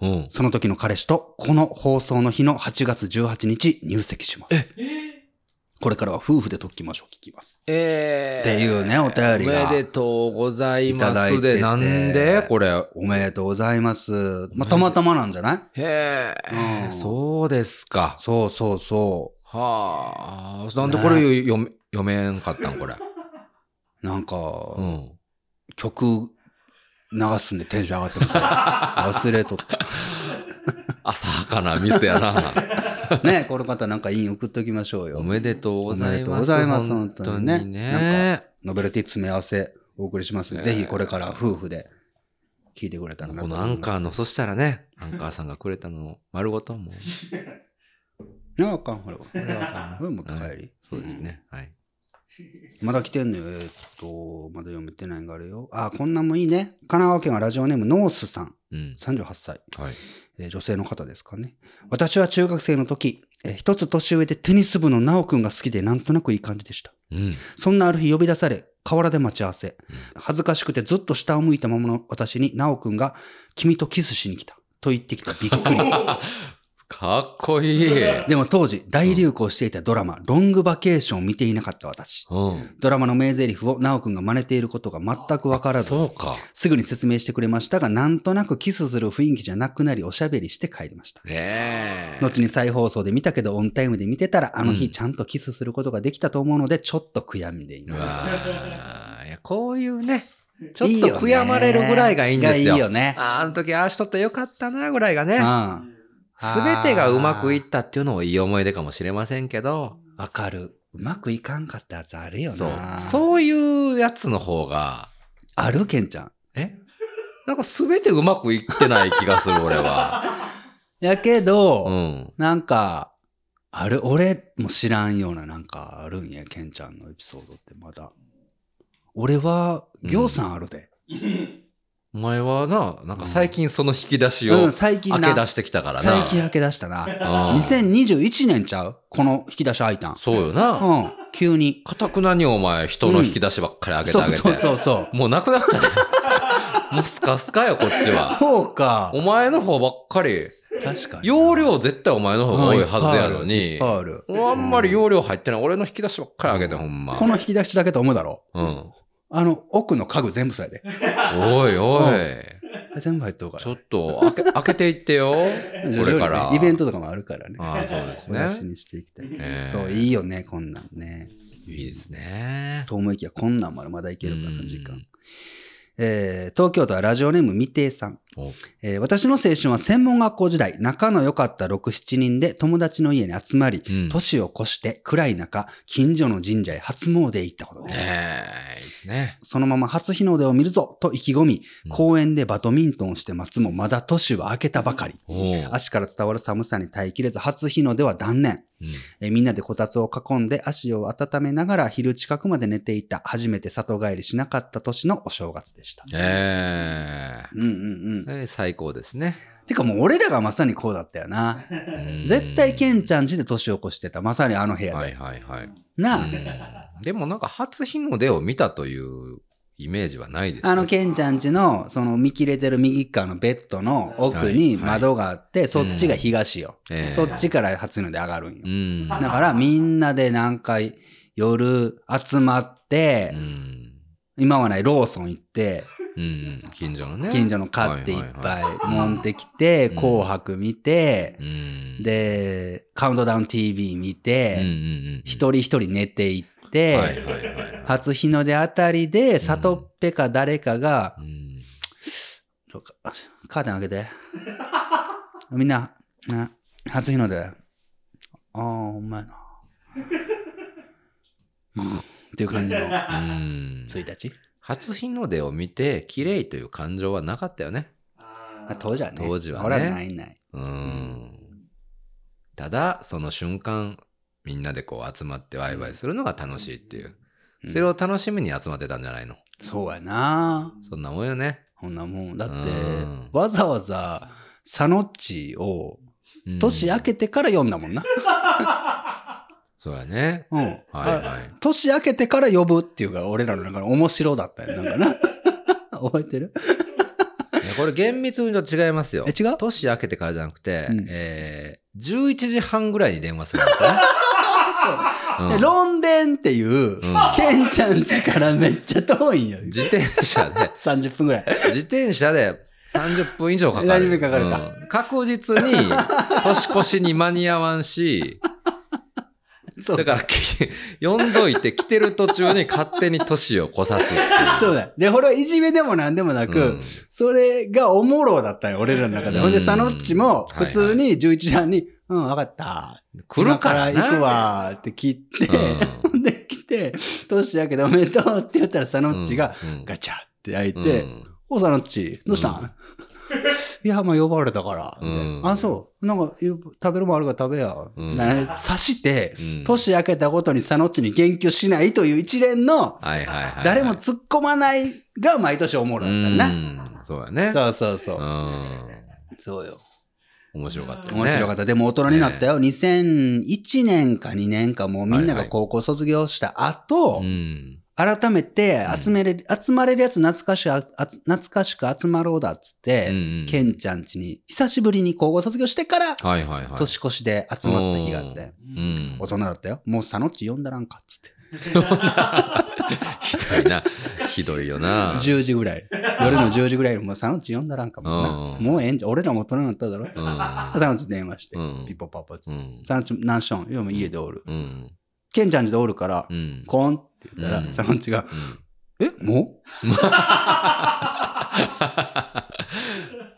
Speaker 1: 年。
Speaker 2: え。うん。
Speaker 1: その時の彼氏と、この放送の日の8月18日入籍します。
Speaker 3: えー
Speaker 1: これからは夫婦でときましょう、聞きます。
Speaker 2: ええ。
Speaker 1: っていうねお便りが
Speaker 2: おめでとうございま
Speaker 1: いただいて
Speaker 2: す。
Speaker 1: て
Speaker 2: で、なんでこれ。
Speaker 1: おめでとうございます。まあ、たまたまなんじゃない
Speaker 2: へ
Speaker 1: う
Speaker 2: え
Speaker 1: ん。
Speaker 2: そうですか。
Speaker 1: そうそうそう。
Speaker 2: はあ。なんでこれ読め、読めんかったんこれ。
Speaker 1: なんか、
Speaker 2: うん。
Speaker 1: 曲流すんでテンション上がってます。忘れとった。
Speaker 2: 浅はかなミスや な。
Speaker 1: ねこの方なんかイン送っときましょうよ。
Speaker 2: おめでとうござい
Speaker 1: おめでとう
Speaker 2: ます。
Speaker 1: ございます
Speaker 2: 本当に
Speaker 1: 本当にね
Speaker 2: ね。
Speaker 1: ノベルティ詰め合わせお送りします。
Speaker 2: ね
Speaker 1: ぜひこれから夫婦で聞いてくれたらなと
Speaker 2: こ
Speaker 1: 思い
Speaker 2: の
Speaker 1: ま
Speaker 2: ア
Speaker 1: す
Speaker 2: ンカーの、そしたらね、アンカーさんがくれたのを丸ごともう。
Speaker 1: なああかん、これは。これ
Speaker 2: これ
Speaker 1: は
Speaker 2: は
Speaker 1: あ
Speaker 2: あ
Speaker 1: かん
Speaker 2: かん
Speaker 1: これ持って帰り。
Speaker 2: そうですね。はい。
Speaker 1: まだ来てんのよ。えーっと、まだ読めてないんがあるよ。あ、こんなんもいいね。神奈川県はラジオネームノースさん、
Speaker 2: うん。
Speaker 1: 38歳。
Speaker 2: はい。
Speaker 1: えー女性の方ですかね。私は中学生の時、えー一つ年上でテニス部の直くんが好きでなんとなくいい感じでした。
Speaker 2: うん。
Speaker 1: そんなある日呼び出され、河原で待ち合わせ。恥ずかしくてずっと下を向いたままの私に、なおくんが、君とキスしに来た。と言ってきたびっく り。
Speaker 2: かっこいい。
Speaker 1: でも当時、大流行していたドラマ、ロングバケーションを見ていなかった私。
Speaker 2: うん。
Speaker 1: ドラマの名台詞をなおくんが真似ていることが全くわからず、
Speaker 2: そうか。
Speaker 1: すぐに説明してくれましたが、なんとなくキスする雰囲気じゃなくなり、おしゃべりして帰りました。
Speaker 2: ええ。
Speaker 1: 後に再放送で見たけど、オンタイムで見てたら、あの
Speaker 2: う
Speaker 1: 日
Speaker 2: ん
Speaker 1: ちゃんとキスすることができたと思うので、ちょっと悔やんでいうます。
Speaker 2: わあいや、こういうね、ちょ
Speaker 1: いいよ
Speaker 2: っ
Speaker 1: ね
Speaker 2: と悔やまれるぐらいがいいんですよ。
Speaker 1: がいいよね。
Speaker 2: あーあの時ああしとってよかったなぐらいがね、
Speaker 1: うん。
Speaker 2: すべてがうまくいったっていうのもいい思い出かもしれませんけど、
Speaker 1: わかる。うまくいかんかったやつあるよ
Speaker 2: そう
Speaker 1: な。。
Speaker 2: そういうやつの方が、
Speaker 1: あるけんちゃん。
Speaker 2: えなんかすべてうまくいってない気がする、俺 は。
Speaker 1: やけど、
Speaker 2: うん。
Speaker 1: なんか、ある、俺も知らんようななんかあるんや、けんちゃんのエピソードってまだ。俺は、行さんあるで。
Speaker 2: お前はな、なんか最近その引き出し
Speaker 1: う
Speaker 2: を
Speaker 1: ん、最近
Speaker 2: 開
Speaker 1: な。
Speaker 2: け出してきたからな。
Speaker 1: 最近開け出したな。
Speaker 2: うん
Speaker 1: 2021年ちゃうこの引き出し開いたん。
Speaker 2: そうよな。
Speaker 1: うん。急に。
Speaker 2: かたくなにお前人の引き出しばっかり開けて
Speaker 1: そ
Speaker 2: あ
Speaker 1: う
Speaker 2: げて
Speaker 1: そう。そうそう。
Speaker 2: もうなくなったね。 もうスカスカよ、こっちは。
Speaker 1: そうか。
Speaker 2: お前の方ばっかり。
Speaker 1: 確かに。
Speaker 2: 容量絶対お前の方が多いはずや
Speaker 1: い
Speaker 2: の
Speaker 1: っ
Speaker 2: に
Speaker 1: ぱい。ある。
Speaker 2: もうあんまり容量入ってない。俺の引き出しばっかり開けて、ほんま。
Speaker 1: この引き出しだけと思うだろ。
Speaker 2: うん。
Speaker 1: あの、奥の家具全部そうやで。
Speaker 2: おいおい。
Speaker 1: 全部入っとうから。
Speaker 2: ちょっと、開け、開けていっ てよ。これから。
Speaker 1: イベントとかもあるからね。
Speaker 2: ああ、そうです
Speaker 1: 小出し
Speaker 2: ね。
Speaker 1: にしていきたい。
Speaker 2: えー
Speaker 1: そう、いいよね、こんなんね。
Speaker 2: いいですね。
Speaker 1: と思いきや、こんなんまでまだいけるから、時
Speaker 2: う
Speaker 1: 間
Speaker 2: ん。
Speaker 1: えー東京都はラジオネーム未定さん、
Speaker 2: お
Speaker 1: えー私の青春は専門学校時代、仲の良かった6、7人で友達の家に集まり、
Speaker 2: うん
Speaker 1: 年を越して暗い中、近所の神社へ初詣へ行ったことです。
Speaker 2: ええ、いいですね。
Speaker 1: そのまま初日の出を見るぞと意気込み
Speaker 2: う、ん
Speaker 1: 公園でバドミントンをして待つもまだ年は明けたばかり。
Speaker 2: おう
Speaker 1: 足から伝わる寒さに耐えきれず初日の出は断念。
Speaker 2: うん
Speaker 1: えーみんなでこたつを囲んで足を温めながら昼近くまで寝ていた初めて里帰りしなかった年のお正月でした。
Speaker 2: え
Speaker 1: うんうんうん。
Speaker 2: えええ最高ですね。
Speaker 1: てかもう俺らがまさにこうだったよな。
Speaker 2: うん
Speaker 1: 絶対ケンちゃん家で年を越してた。まさにあの部屋で。
Speaker 2: はいはいはい。
Speaker 1: なあ、
Speaker 2: うんでもなんか初日の出を見たというイメージはないですね。
Speaker 1: あのケンちゃん家のその見切れてる右側のベッドの奥に
Speaker 2: はいはい
Speaker 1: 窓があって、そっちが東よ。
Speaker 2: ええ
Speaker 1: そっちから初日の出上がるんよ。
Speaker 2: うん。
Speaker 1: だからみんなで何回夜集まって、
Speaker 2: うん
Speaker 1: 今はないローソン行って、
Speaker 2: うん。近所のね。
Speaker 1: 近所の買っていっ
Speaker 2: はい
Speaker 1: ぱい持ってきて、
Speaker 2: うん
Speaker 1: 紅白見て、
Speaker 2: うん。
Speaker 1: で、カウントダウン TV 見
Speaker 2: うんうん
Speaker 1: て、
Speaker 2: うん、
Speaker 1: 一人一人寝ていっ
Speaker 2: で
Speaker 1: て、
Speaker 2: はいはいはいはい。
Speaker 1: 初日の出あたりで、里っぺか誰かが
Speaker 2: う、ん
Speaker 1: ちょカーテン開けて。みんな、な初日の出。ああ、お前な。うんっていう感じの
Speaker 2: うん
Speaker 1: 1日。
Speaker 2: 初日の出を見て、綺麗という感情はなかったよね。
Speaker 1: あ当時はね。
Speaker 2: 当時はね
Speaker 1: 俺はないない。
Speaker 2: うん。ただ、その瞬間、みんなでこう集まってワイワイするのが楽しいっていう。
Speaker 1: うん
Speaker 2: それを楽しみに集まってたんじゃないの。
Speaker 1: そうやな。
Speaker 2: そんなもんよね。
Speaker 1: こんなもん。だって
Speaker 2: うん、
Speaker 1: わざわざ、サノッチを、
Speaker 2: うん
Speaker 1: 年明けてから読んだもんな。
Speaker 2: そうやね。
Speaker 1: うん。
Speaker 2: はい
Speaker 1: あ
Speaker 2: はい。
Speaker 1: 年明けてから呼ぶっていうか、俺らの中の面白だったよ。 なんかな。覚えてる
Speaker 2: いやこれ厳密に言うと違いますよ。
Speaker 1: え違う
Speaker 2: 年明けてからじゃなくて、
Speaker 1: うん
Speaker 2: えー、11時半ぐらいに電話するんですよね。 うん
Speaker 1: で、ロンデンっていう、ケンちゃん家からめっちゃ遠いんよ。
Speaker 2: 自転車で、
Speaker 1: 30分ぐらい。
Speaker 2: 自転車で30分以上かかる。
Speaker 1: 何分かかるか
Speaker 2: うん確実に年越しに間に合わんし、
Speaker 1: そう
Speaker 2: だから、 き呼んどいて来てる途中に勝手に年を越さすって
Speaker 1: そうだ。で、俺はいじめでもなんでもなく、
Speaker 2: うん
Speaker 1: それがおもろだったよ、俺らの中で。
Speaker 2: うん
Speaker 1: ほんで、サノッチも、
Speaker 2: は
Speaker 1: 普
Speaker 2: いはい
Speaker 1: 通に11時半に、うん、わかった。
Speaker 2: いう。来るから
Speaker 1: 今
Speaker 2: な。
Speaker 1: 行くわーって切って、
Speaker 2: うん
Speaker 1: ほんで来て、年明けでおめでとうって言ったら、サノッチが、
Speaker 2: うん
Speaker 1: ガチャって開い
Speaker 2: うん
Speaker 1: て、お、サノッチ、どう したん、
Speaker 2: うん
Speaker 1: いや、まあ呼ばれたから。みたいな
Speaker 2: うん
Speaker 1: あ、そう。なんか、ゆ食べるもんあるから食べや。
Speaker 2: うん
Speaker 1: みたいな刺して、
Speaker 2: うん
Speaker 1: 年明けたことにサノッチに言及しないという一連の、
Speaker 2: はいはいはいはい。
Speaker 1: 誰も突っ込まないが毎年おもろ
Speaker 2: う
Speaker 1: かったな。
Speaker 2: ん。そうやね。
Speaker 1: そうそうそうう。
Speaker 2: ん。
Speaker 1: そうよ。
Speaker 2: 面白かった、ね。
Speaker 1: 面白かった。でも大人になったよ。2001年か2年かもうみんなが高校卒業した後
Speaker 2: う、ん。
Speaker 1: 改めて集めれる、集まれるやつ懐かしく、あ懐かしく集まろうだっつっ
Speaker 2: うん
Speaker 1: て、
Speaker 2: うん
Speaker 1: ケンちゃん家に久しぶりに高校卒業してから、
Speaker 2: はいはいはい。
Speaker 1: 年越しで集まった日があって、
Speaker 2: うん。
Speaker 1: 大人だったよ。もうサノッチ呼んだらんかっつって。
Speaker 2: ひどいな。 ひどいよな。
Speaker 1: 10時ぐらい。夜の10時ぐらいにもうサノッチ呼んだらんかもな。
Speaker 2: うん
Speaker 1: もうええんじゃ、俺らも大人になっただろ。
Speaker 2: うん。
Speaker 1: サノッチ電話して
Speaker 2: うん、
Speaker 1: ピッポパパって
Speaker 2: う。ん。
Speaker 1: サノッチ何しょんいやもう家でおる。
Speaker 2: うん。
Speaker 1: ケンちゃん家でおるから
Speaker 2: う、ん。
Speaker 1: コンって言った
Speaker 2: う
Speaker 1: ら、
Speaker 2: ん
Speaker 1: サノッチが、えもう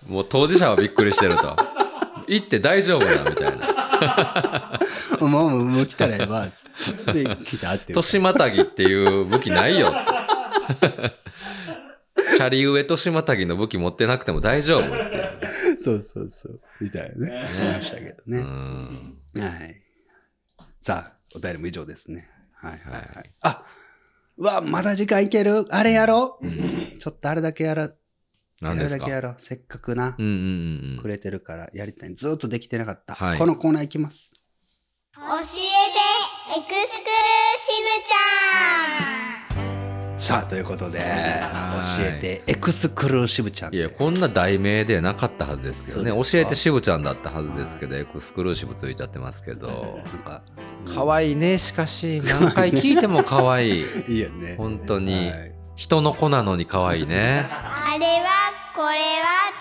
Speaker 2: もう当事者はびっくりしてる と。行って大丈夫なみたいな。
Speaker 1: もう、もうもう来たらええわ。つってで、来たって。
Speaker 2: 年またぎっていう武器 ないよって。シャリ上年またぎの武器持ってなくても大丈夫っていう。
Speaker 1: そうそうそう。みたいなね。しましたけど
Speaker 2: う
Speaker 1: ね。
Speaker 2: ん。
Speaker 1: はい。さあ、お便りも以上ですね。はいはい。
Speaker 2: はい。
Speaker 1: あうわ、まだ時間いけるあれやろ、うちょっとあれだけやら、
Speaker 2: 何
Speaker 1: や
Speaker 2: で
Speaker 1: る
Speaker 2: す
Speaker 1: だ
Speaker 2: か
Speaker 1: けやろう。せっかくな
Speaker 2: う、んうんうんう
Speaker 1: く
Speaker 2: ん。
Speaker 1: れてるから、やりたい。ずっとできてなかった。
Speaker 2: はい
Speaker 1: このコーナーいきます。
Speaker 4: 教えてエクスクルーシブちゃん
Speaker 1: さあ、ということで、教
Speaker 2: はい
Speaker 1: えて、エクスクルーシブちゃん。
Speaker 2: いや、こんな題名ではなかったはずですけどね。
Speaker 1: そうですか
Speaker 2: 教えてしぶちゃんだったはずですけど、エクスクルーシブついちゃってますけど。
Speaker 1: なんか、
Speaker 2: 可愛いね、しかし、何回聞いても可 愛い。
Speaker 1: いいよね。
Speaker 2: 本当に
Speaker 1: はい。
Speaker 2: 人の子なのに可愛いね。
Speaker 4: あれはこれは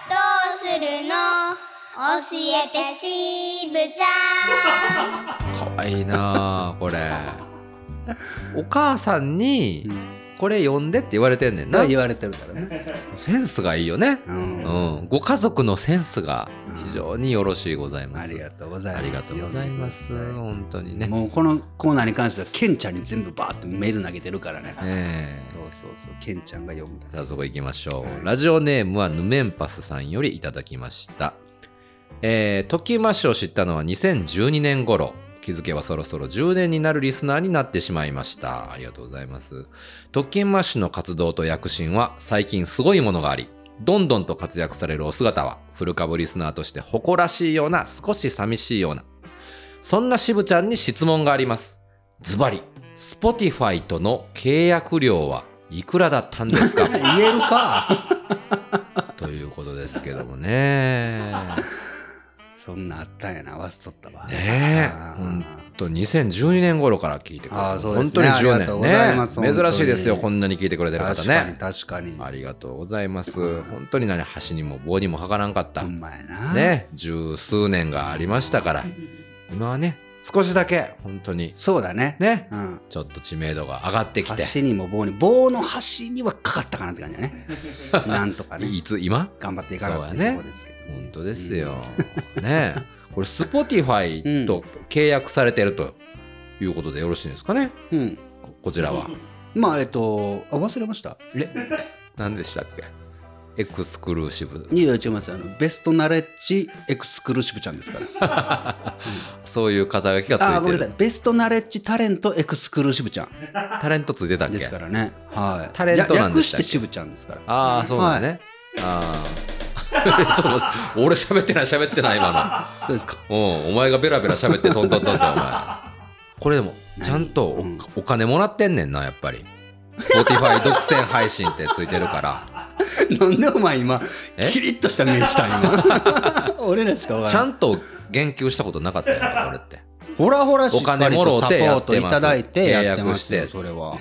Speaker 4: どうするの教えてしぶちゃん
Speaker 2: 可愛い なあこれ。お母さんに、これ読んでって言われてんねん
Speaker 1: な
Speaker 2: な。
Speaker 1: 言われてるからね。
Speaker 2: センスがいいよね。
Speaker 1: う。
Speaker 2: うんん。ご家族のセンスが非常によろしいございま
Speaker 1: あ
Speaker 2: す。
Speaker 1: りがとうございます。
Speaker 2: ありがとうございます。本当にね。
Speaker 1: もうこのコーナーに関しては、ケンちゃんに全部バーってメール投げてるからね。
Speaker 2: ええ
Speaker 1: そうそうそう、ケンちゃんが読む。
Speaker 2: 早速行きましょう。ラジオネームはヌメンパスさんよりいただきました。えー、トキマッシュを知ったのは2012年頃。気づけばそろそろ10年になるリスナーになってしまいました。ありがとうございます。特勤マッシュの活動と躍進は最近すごいものがあり、どんどんと活躍されるお姿は、古株リスナーとして誇らしいような、少し寂しいような。そんな渋ちゃんに質問があります。ズバリ、Spotify との契約料はいくらだったんですか
Speaker 1: 言えるか
Speaker 2: ということですけど もね。
Speaker 1: そんなんあったんやな、忘れとったわ。
Speaker 2: ねえ
Speaker 1: あー
Speaker 2: ほんと2012年頃から聞いてくれて、
Speaker 1: あーそうで
Speaker 2: 本
Speaker 1: す
Speaker 2: 当
Speaker 1: ね
Speaker 2: に
Speaker 1: ありがとうございます本
Speaker 2: 10年ね
Speaker 1: 当に
Speaker 2: 珍しいですよこんなに聞いてくれてる方
Speaker 1: 確かに、
Speaker 2: ね
Speaker 1: 確かに。
Speaker 2: ありがとうございます本当に何箸にも棒にもはからんかった、
Speaker 1: ほんまやな。
Speaker 2: ね十数年がありましたから今はね少しだけ本当に
Speaker 1: そうだね。
Speaker 2: ね
Speaker 1: うん。
Speaker 2: ちょっと知名度が上がってきて
Speaker 1: 橋にも棒に、棒の端にはかかったかなって感じだ ね。なんとかね。
Speaker 2: いつ今
Speaker 1: 頑張っていかなかった
Speaker 2: そうやね
Speaker 1: とこですけど
Speaker 2: 本当ですよ、ねこれ Spotify と契約されてるということでよろしいんですかね
Speaker 1: うん。うん
Speaker 2: ここち らは
Speaker 1: まあ、えっと、あ、忘れました。
Speaker 2: え何でしたっけエクスクルーシブ
Speaker 1: いや、違います。あの、ベストナレッジエクスクルーシブちゃんですから。
Speaker 2: そういう肩書きがつ
Speaker 1: あ、
Speaker 2: い
Speaker 1: ごめん
Speaker 2: て
Speaker 1: なさ
Speaker 2: る
Speaker 1: い。ベストナレッジタレントエクスクルーシブちゃん
Speaker 2: タレントついてたっ
Speaker 1: で
Speaker 2: け
Speaker 1: すからね。はい。
Speaker 2: タレントなんで
Speaker 1: 略
Speaker 2: し
Speaker 1: し
Speaker 2: たっ
Speaker 1: て
Speaker 2: け
Speaker 1: シブちゃんですから。
Speaker 2: ああそうだね、ああ そうだ俺喋ってない喋ってない今
Speaker 1: そうですか。
Speaker 2: のうんお前がベラベラ喋ってトントントンってお前これでもちゃんとお,、
Speaker 1: うん
Speaker 2: お金もらってんねんなやっぱり Spotify 独占配信ってついてる から
Speaker 1: なんでお前今
Speaker 2: え、
Speaker 1: キリッとした目した今。 俺らしかわ
Speaker 2: ち
Speaker 1: から
Speaker 2: ゃ
Speaker 1: ん。
Speaker 2: んと言及したことなかったよなこれって
Speaker 1: ほらほらし
Speaker 2: お
Speaker 1: っか
Speaker 2: 金
Speaker 1: り
Speaker 2: もろ
Speaker 1: と
Speaker 2: う
Speaker 1: サポ
Speaker 2: てや
Speaker 1: ー
Speaker 2: っ
Speaker 1: ト
Speaker 2: て
Speaker 1: い
Speaker 2: ます
Speaker 1: ただいてやってます
Speaker 2: 契約して
Speaker 1: よ、それは。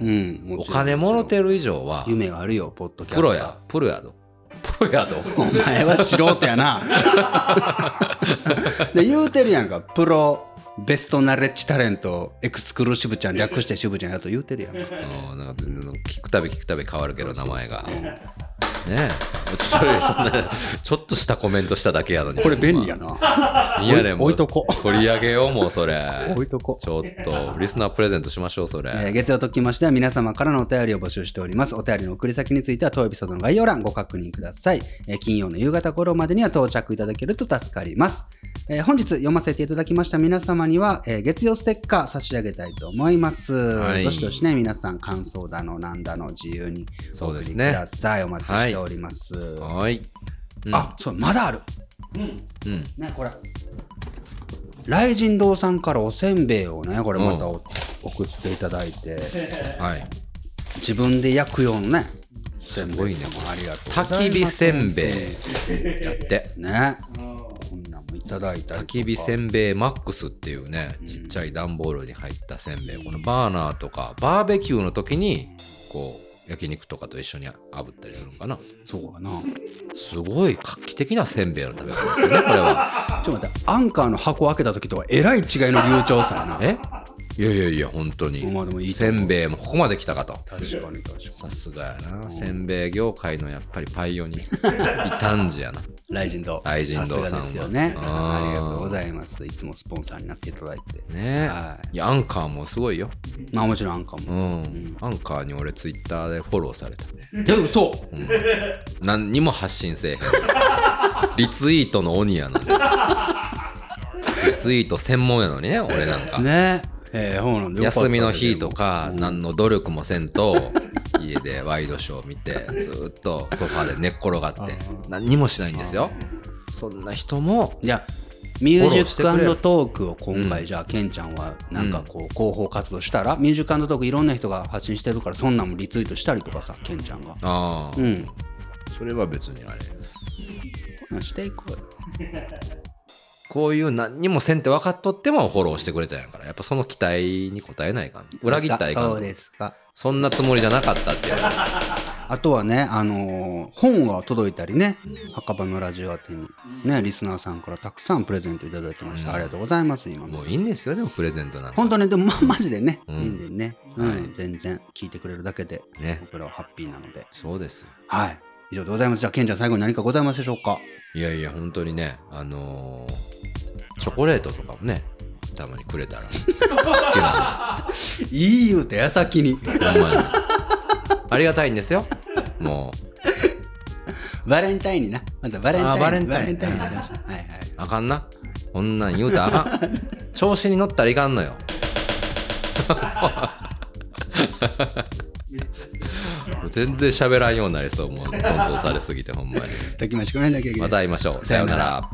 Speaker 1: うん。 も
Speaker 2: お
Speaker 1: ちろん
Speaker 2: 金もろてる以上は
Speaker 1: 夢があるよ、ポッドキャス
Speaker 2: プ
Speaker 1: ト。
Speaker 2: ロや。プロやどプロやど
Speaker 1: お前は素人や な。で言うてるやんか、プロ、ベストナレッジタレント、エクスクルーシブちゃん、略してシブちゃんやと言うてるやんか。
Speaker 2: うんなんか全然聞くたび聞くたび変わるけど名前が。ねえ。ちょそれそんな ちょっとしたコメントしただけやのに。
Speaker 1: これ便利やな。
Speaker 2: いやねもう
Speaker 1: 置いとこ
Speaker 2: 取り上げようもうそれ。
Speaker 1: 置いとこ
Speaker 2: ちょっとリスナープレゼントしましょうそれ。
Speaker 1: えー月曜ときましては皆様からのお便りを募集しております。お便りの送り先については当エピソードの概要欄ご確認ください。えー金曜の夕方頃までには到着いただけると助かります。えー本日読ませていただきました皆様には、えー月曜ステッカー差し上げたいと思います。
Speaker 2: い
Speaker 1: どしどしね、皆さん感想だの、なんだの、自由にお
Speaker 2: そう
Speaker 1: 送
Speaker 2: で
Speaker 1: り
Speaker 2: す
Speaker 1: く
Speaker 2: ね
Speaker 1: ださい。お待ちしております。
Speaker 2: はい。うん
Speaker 1: あ、そう、まだある。
Speaker 3: うん。
Speaker 2: うん。
Speaker 1: ね、これ。雷神堂さんからおせんべいをね、これまたお送っていただいて。
Speaker 2: はい。
Speaker 1: 自分で焼くようなねす
Speaker 2: ごいね
Speaker 1: ありがとうござ
Speaker 2: 焚
Speaker 1: い
Speaker 2: き火
Speaker 1: ます
Speaker 2: せんべいやって。
Speaker 1: ねこんなんもいただいたりとか
Speaker 2: 焚き火せんべいマックスっていうねちっちゃい段ボールに入ったせんべいこのバーナーとかバーベキューの時にこう焼肉とかと一緒に炙ったりするのかな
Speaker 1: そうかな
Speaker 2: すごい画期的なせんべいの食べ方ですよねこれは
Speaker 1: ちょっと待ってアンカーの箱開けた時とはえらい違いの流暢さやな
Speaker 2: えいやいやいや本当に
Speaker 1: まあでもいいと
Speaker 2: せんべいもここまで来たかと
Speaker 1: 確かに確かに
Speaker 2: さすがやなせんべい業界のやっぱりパイオニー異端児 やな
Speaker 1: 雷神堂
Speaker 2: 雷神堂さん
Speaker 1: さ
Speaker 2: は
Speaker 1: すがですよね
Speaker 2: あ
Speaker 1: あ
Speaker 2: ー
Speaker 1: りがとうございますいつもスポンサーになっていただいて
Speaker 2: ね
Speaker 1: は
Speaker 2: えいやアンカーもすごいよ
Speaker 1: まあもちろんアンカー
Speaker 2: う
Speaker 1: も
Speaker 2: んアンカーに俺ツイッターでフォローされた
Speaker 1: いや嘘
Speaker 2: 何にも発信せえへんリツイートの鬼やなリツイート専門やのにね俺なんか
Speaker 1: ねえー、そうなんでよかった
Speaker 2: 休みの日とか何の努力もせんと 家でワイドショー見て、ずーっとソファーで寝っ転がって、何にもしないんですよ。そんな人も、
Speaker 1: じゃあミュージッ
Speaker 2: フォローしてくれ
Speaker 1: クトークを今回、じゃあ、ケンちゃんは、なんかこう、広報活動したら、ミュージックトークいろんな人が発信してるから、そんなんもリツイートしたりとかさ、ケンちゃんが。
Speaker 2: ああ、
Speaker 1: うん。
Speaker 2: それは別にあれ。
Speaker 1: こんなんしていこうよ。
Speaker 2: こういう何にもせんって分かっとってもフォローしてくれたんやから、やっぱその期待に応えないかん。裏切ったらいか
Speaker 1: そ
Speaker 2: ん
Speaker 1: う。ですか。
Speaker 2: そんなつもりじゃなかったっていう。
Speaker 1: あとはね、あのー本が届いたりね、墓場のラジオ宛てに、ね、リスナーさんからたくさんプレゼントいただきました。ありがとうございます、今も。
Speaker 2: もういいんですよ、でもプレゼントなんか。
Speaker 1: 本当ね、でも、ま、マジでね、
Speaker 2: ん
Speaker 1: いいんでね、うん、全然聞いてくれるだけで、
Speaker 2: ね
Speaker 1: 僕らはハッピーなので。
Speaker 2: そうですよ。
Speaker 1: はい。以上でございます。じゃあ、ケンちゃん最後に何かございますでしょうか
Speaker 2: いやいや、本当にね、あのーチョコレートとかもね、たまにくれたら。
Speaker 1: いい言うて、矢先に。
Speaker 2: ほんまにありがたいんですよ。もう、
Speaker 1: バレンタインにな。またバレンタイン。
Speaker 2: あバレンタイン
Speaker 1: になりましたはいはい。
Speaker 2: あかんな。こんなん言うたらあかん。調子に乗ったらいかんのよ。
Speaker 3: めっちゃ好きです。
Speaker 2: 全然喋らんようになりそう。もう、どんどんされすぎて、ほんまに。
Speaker 1: ときましこの辺だけ。
Speaker 2: また会いましょう。さようなら。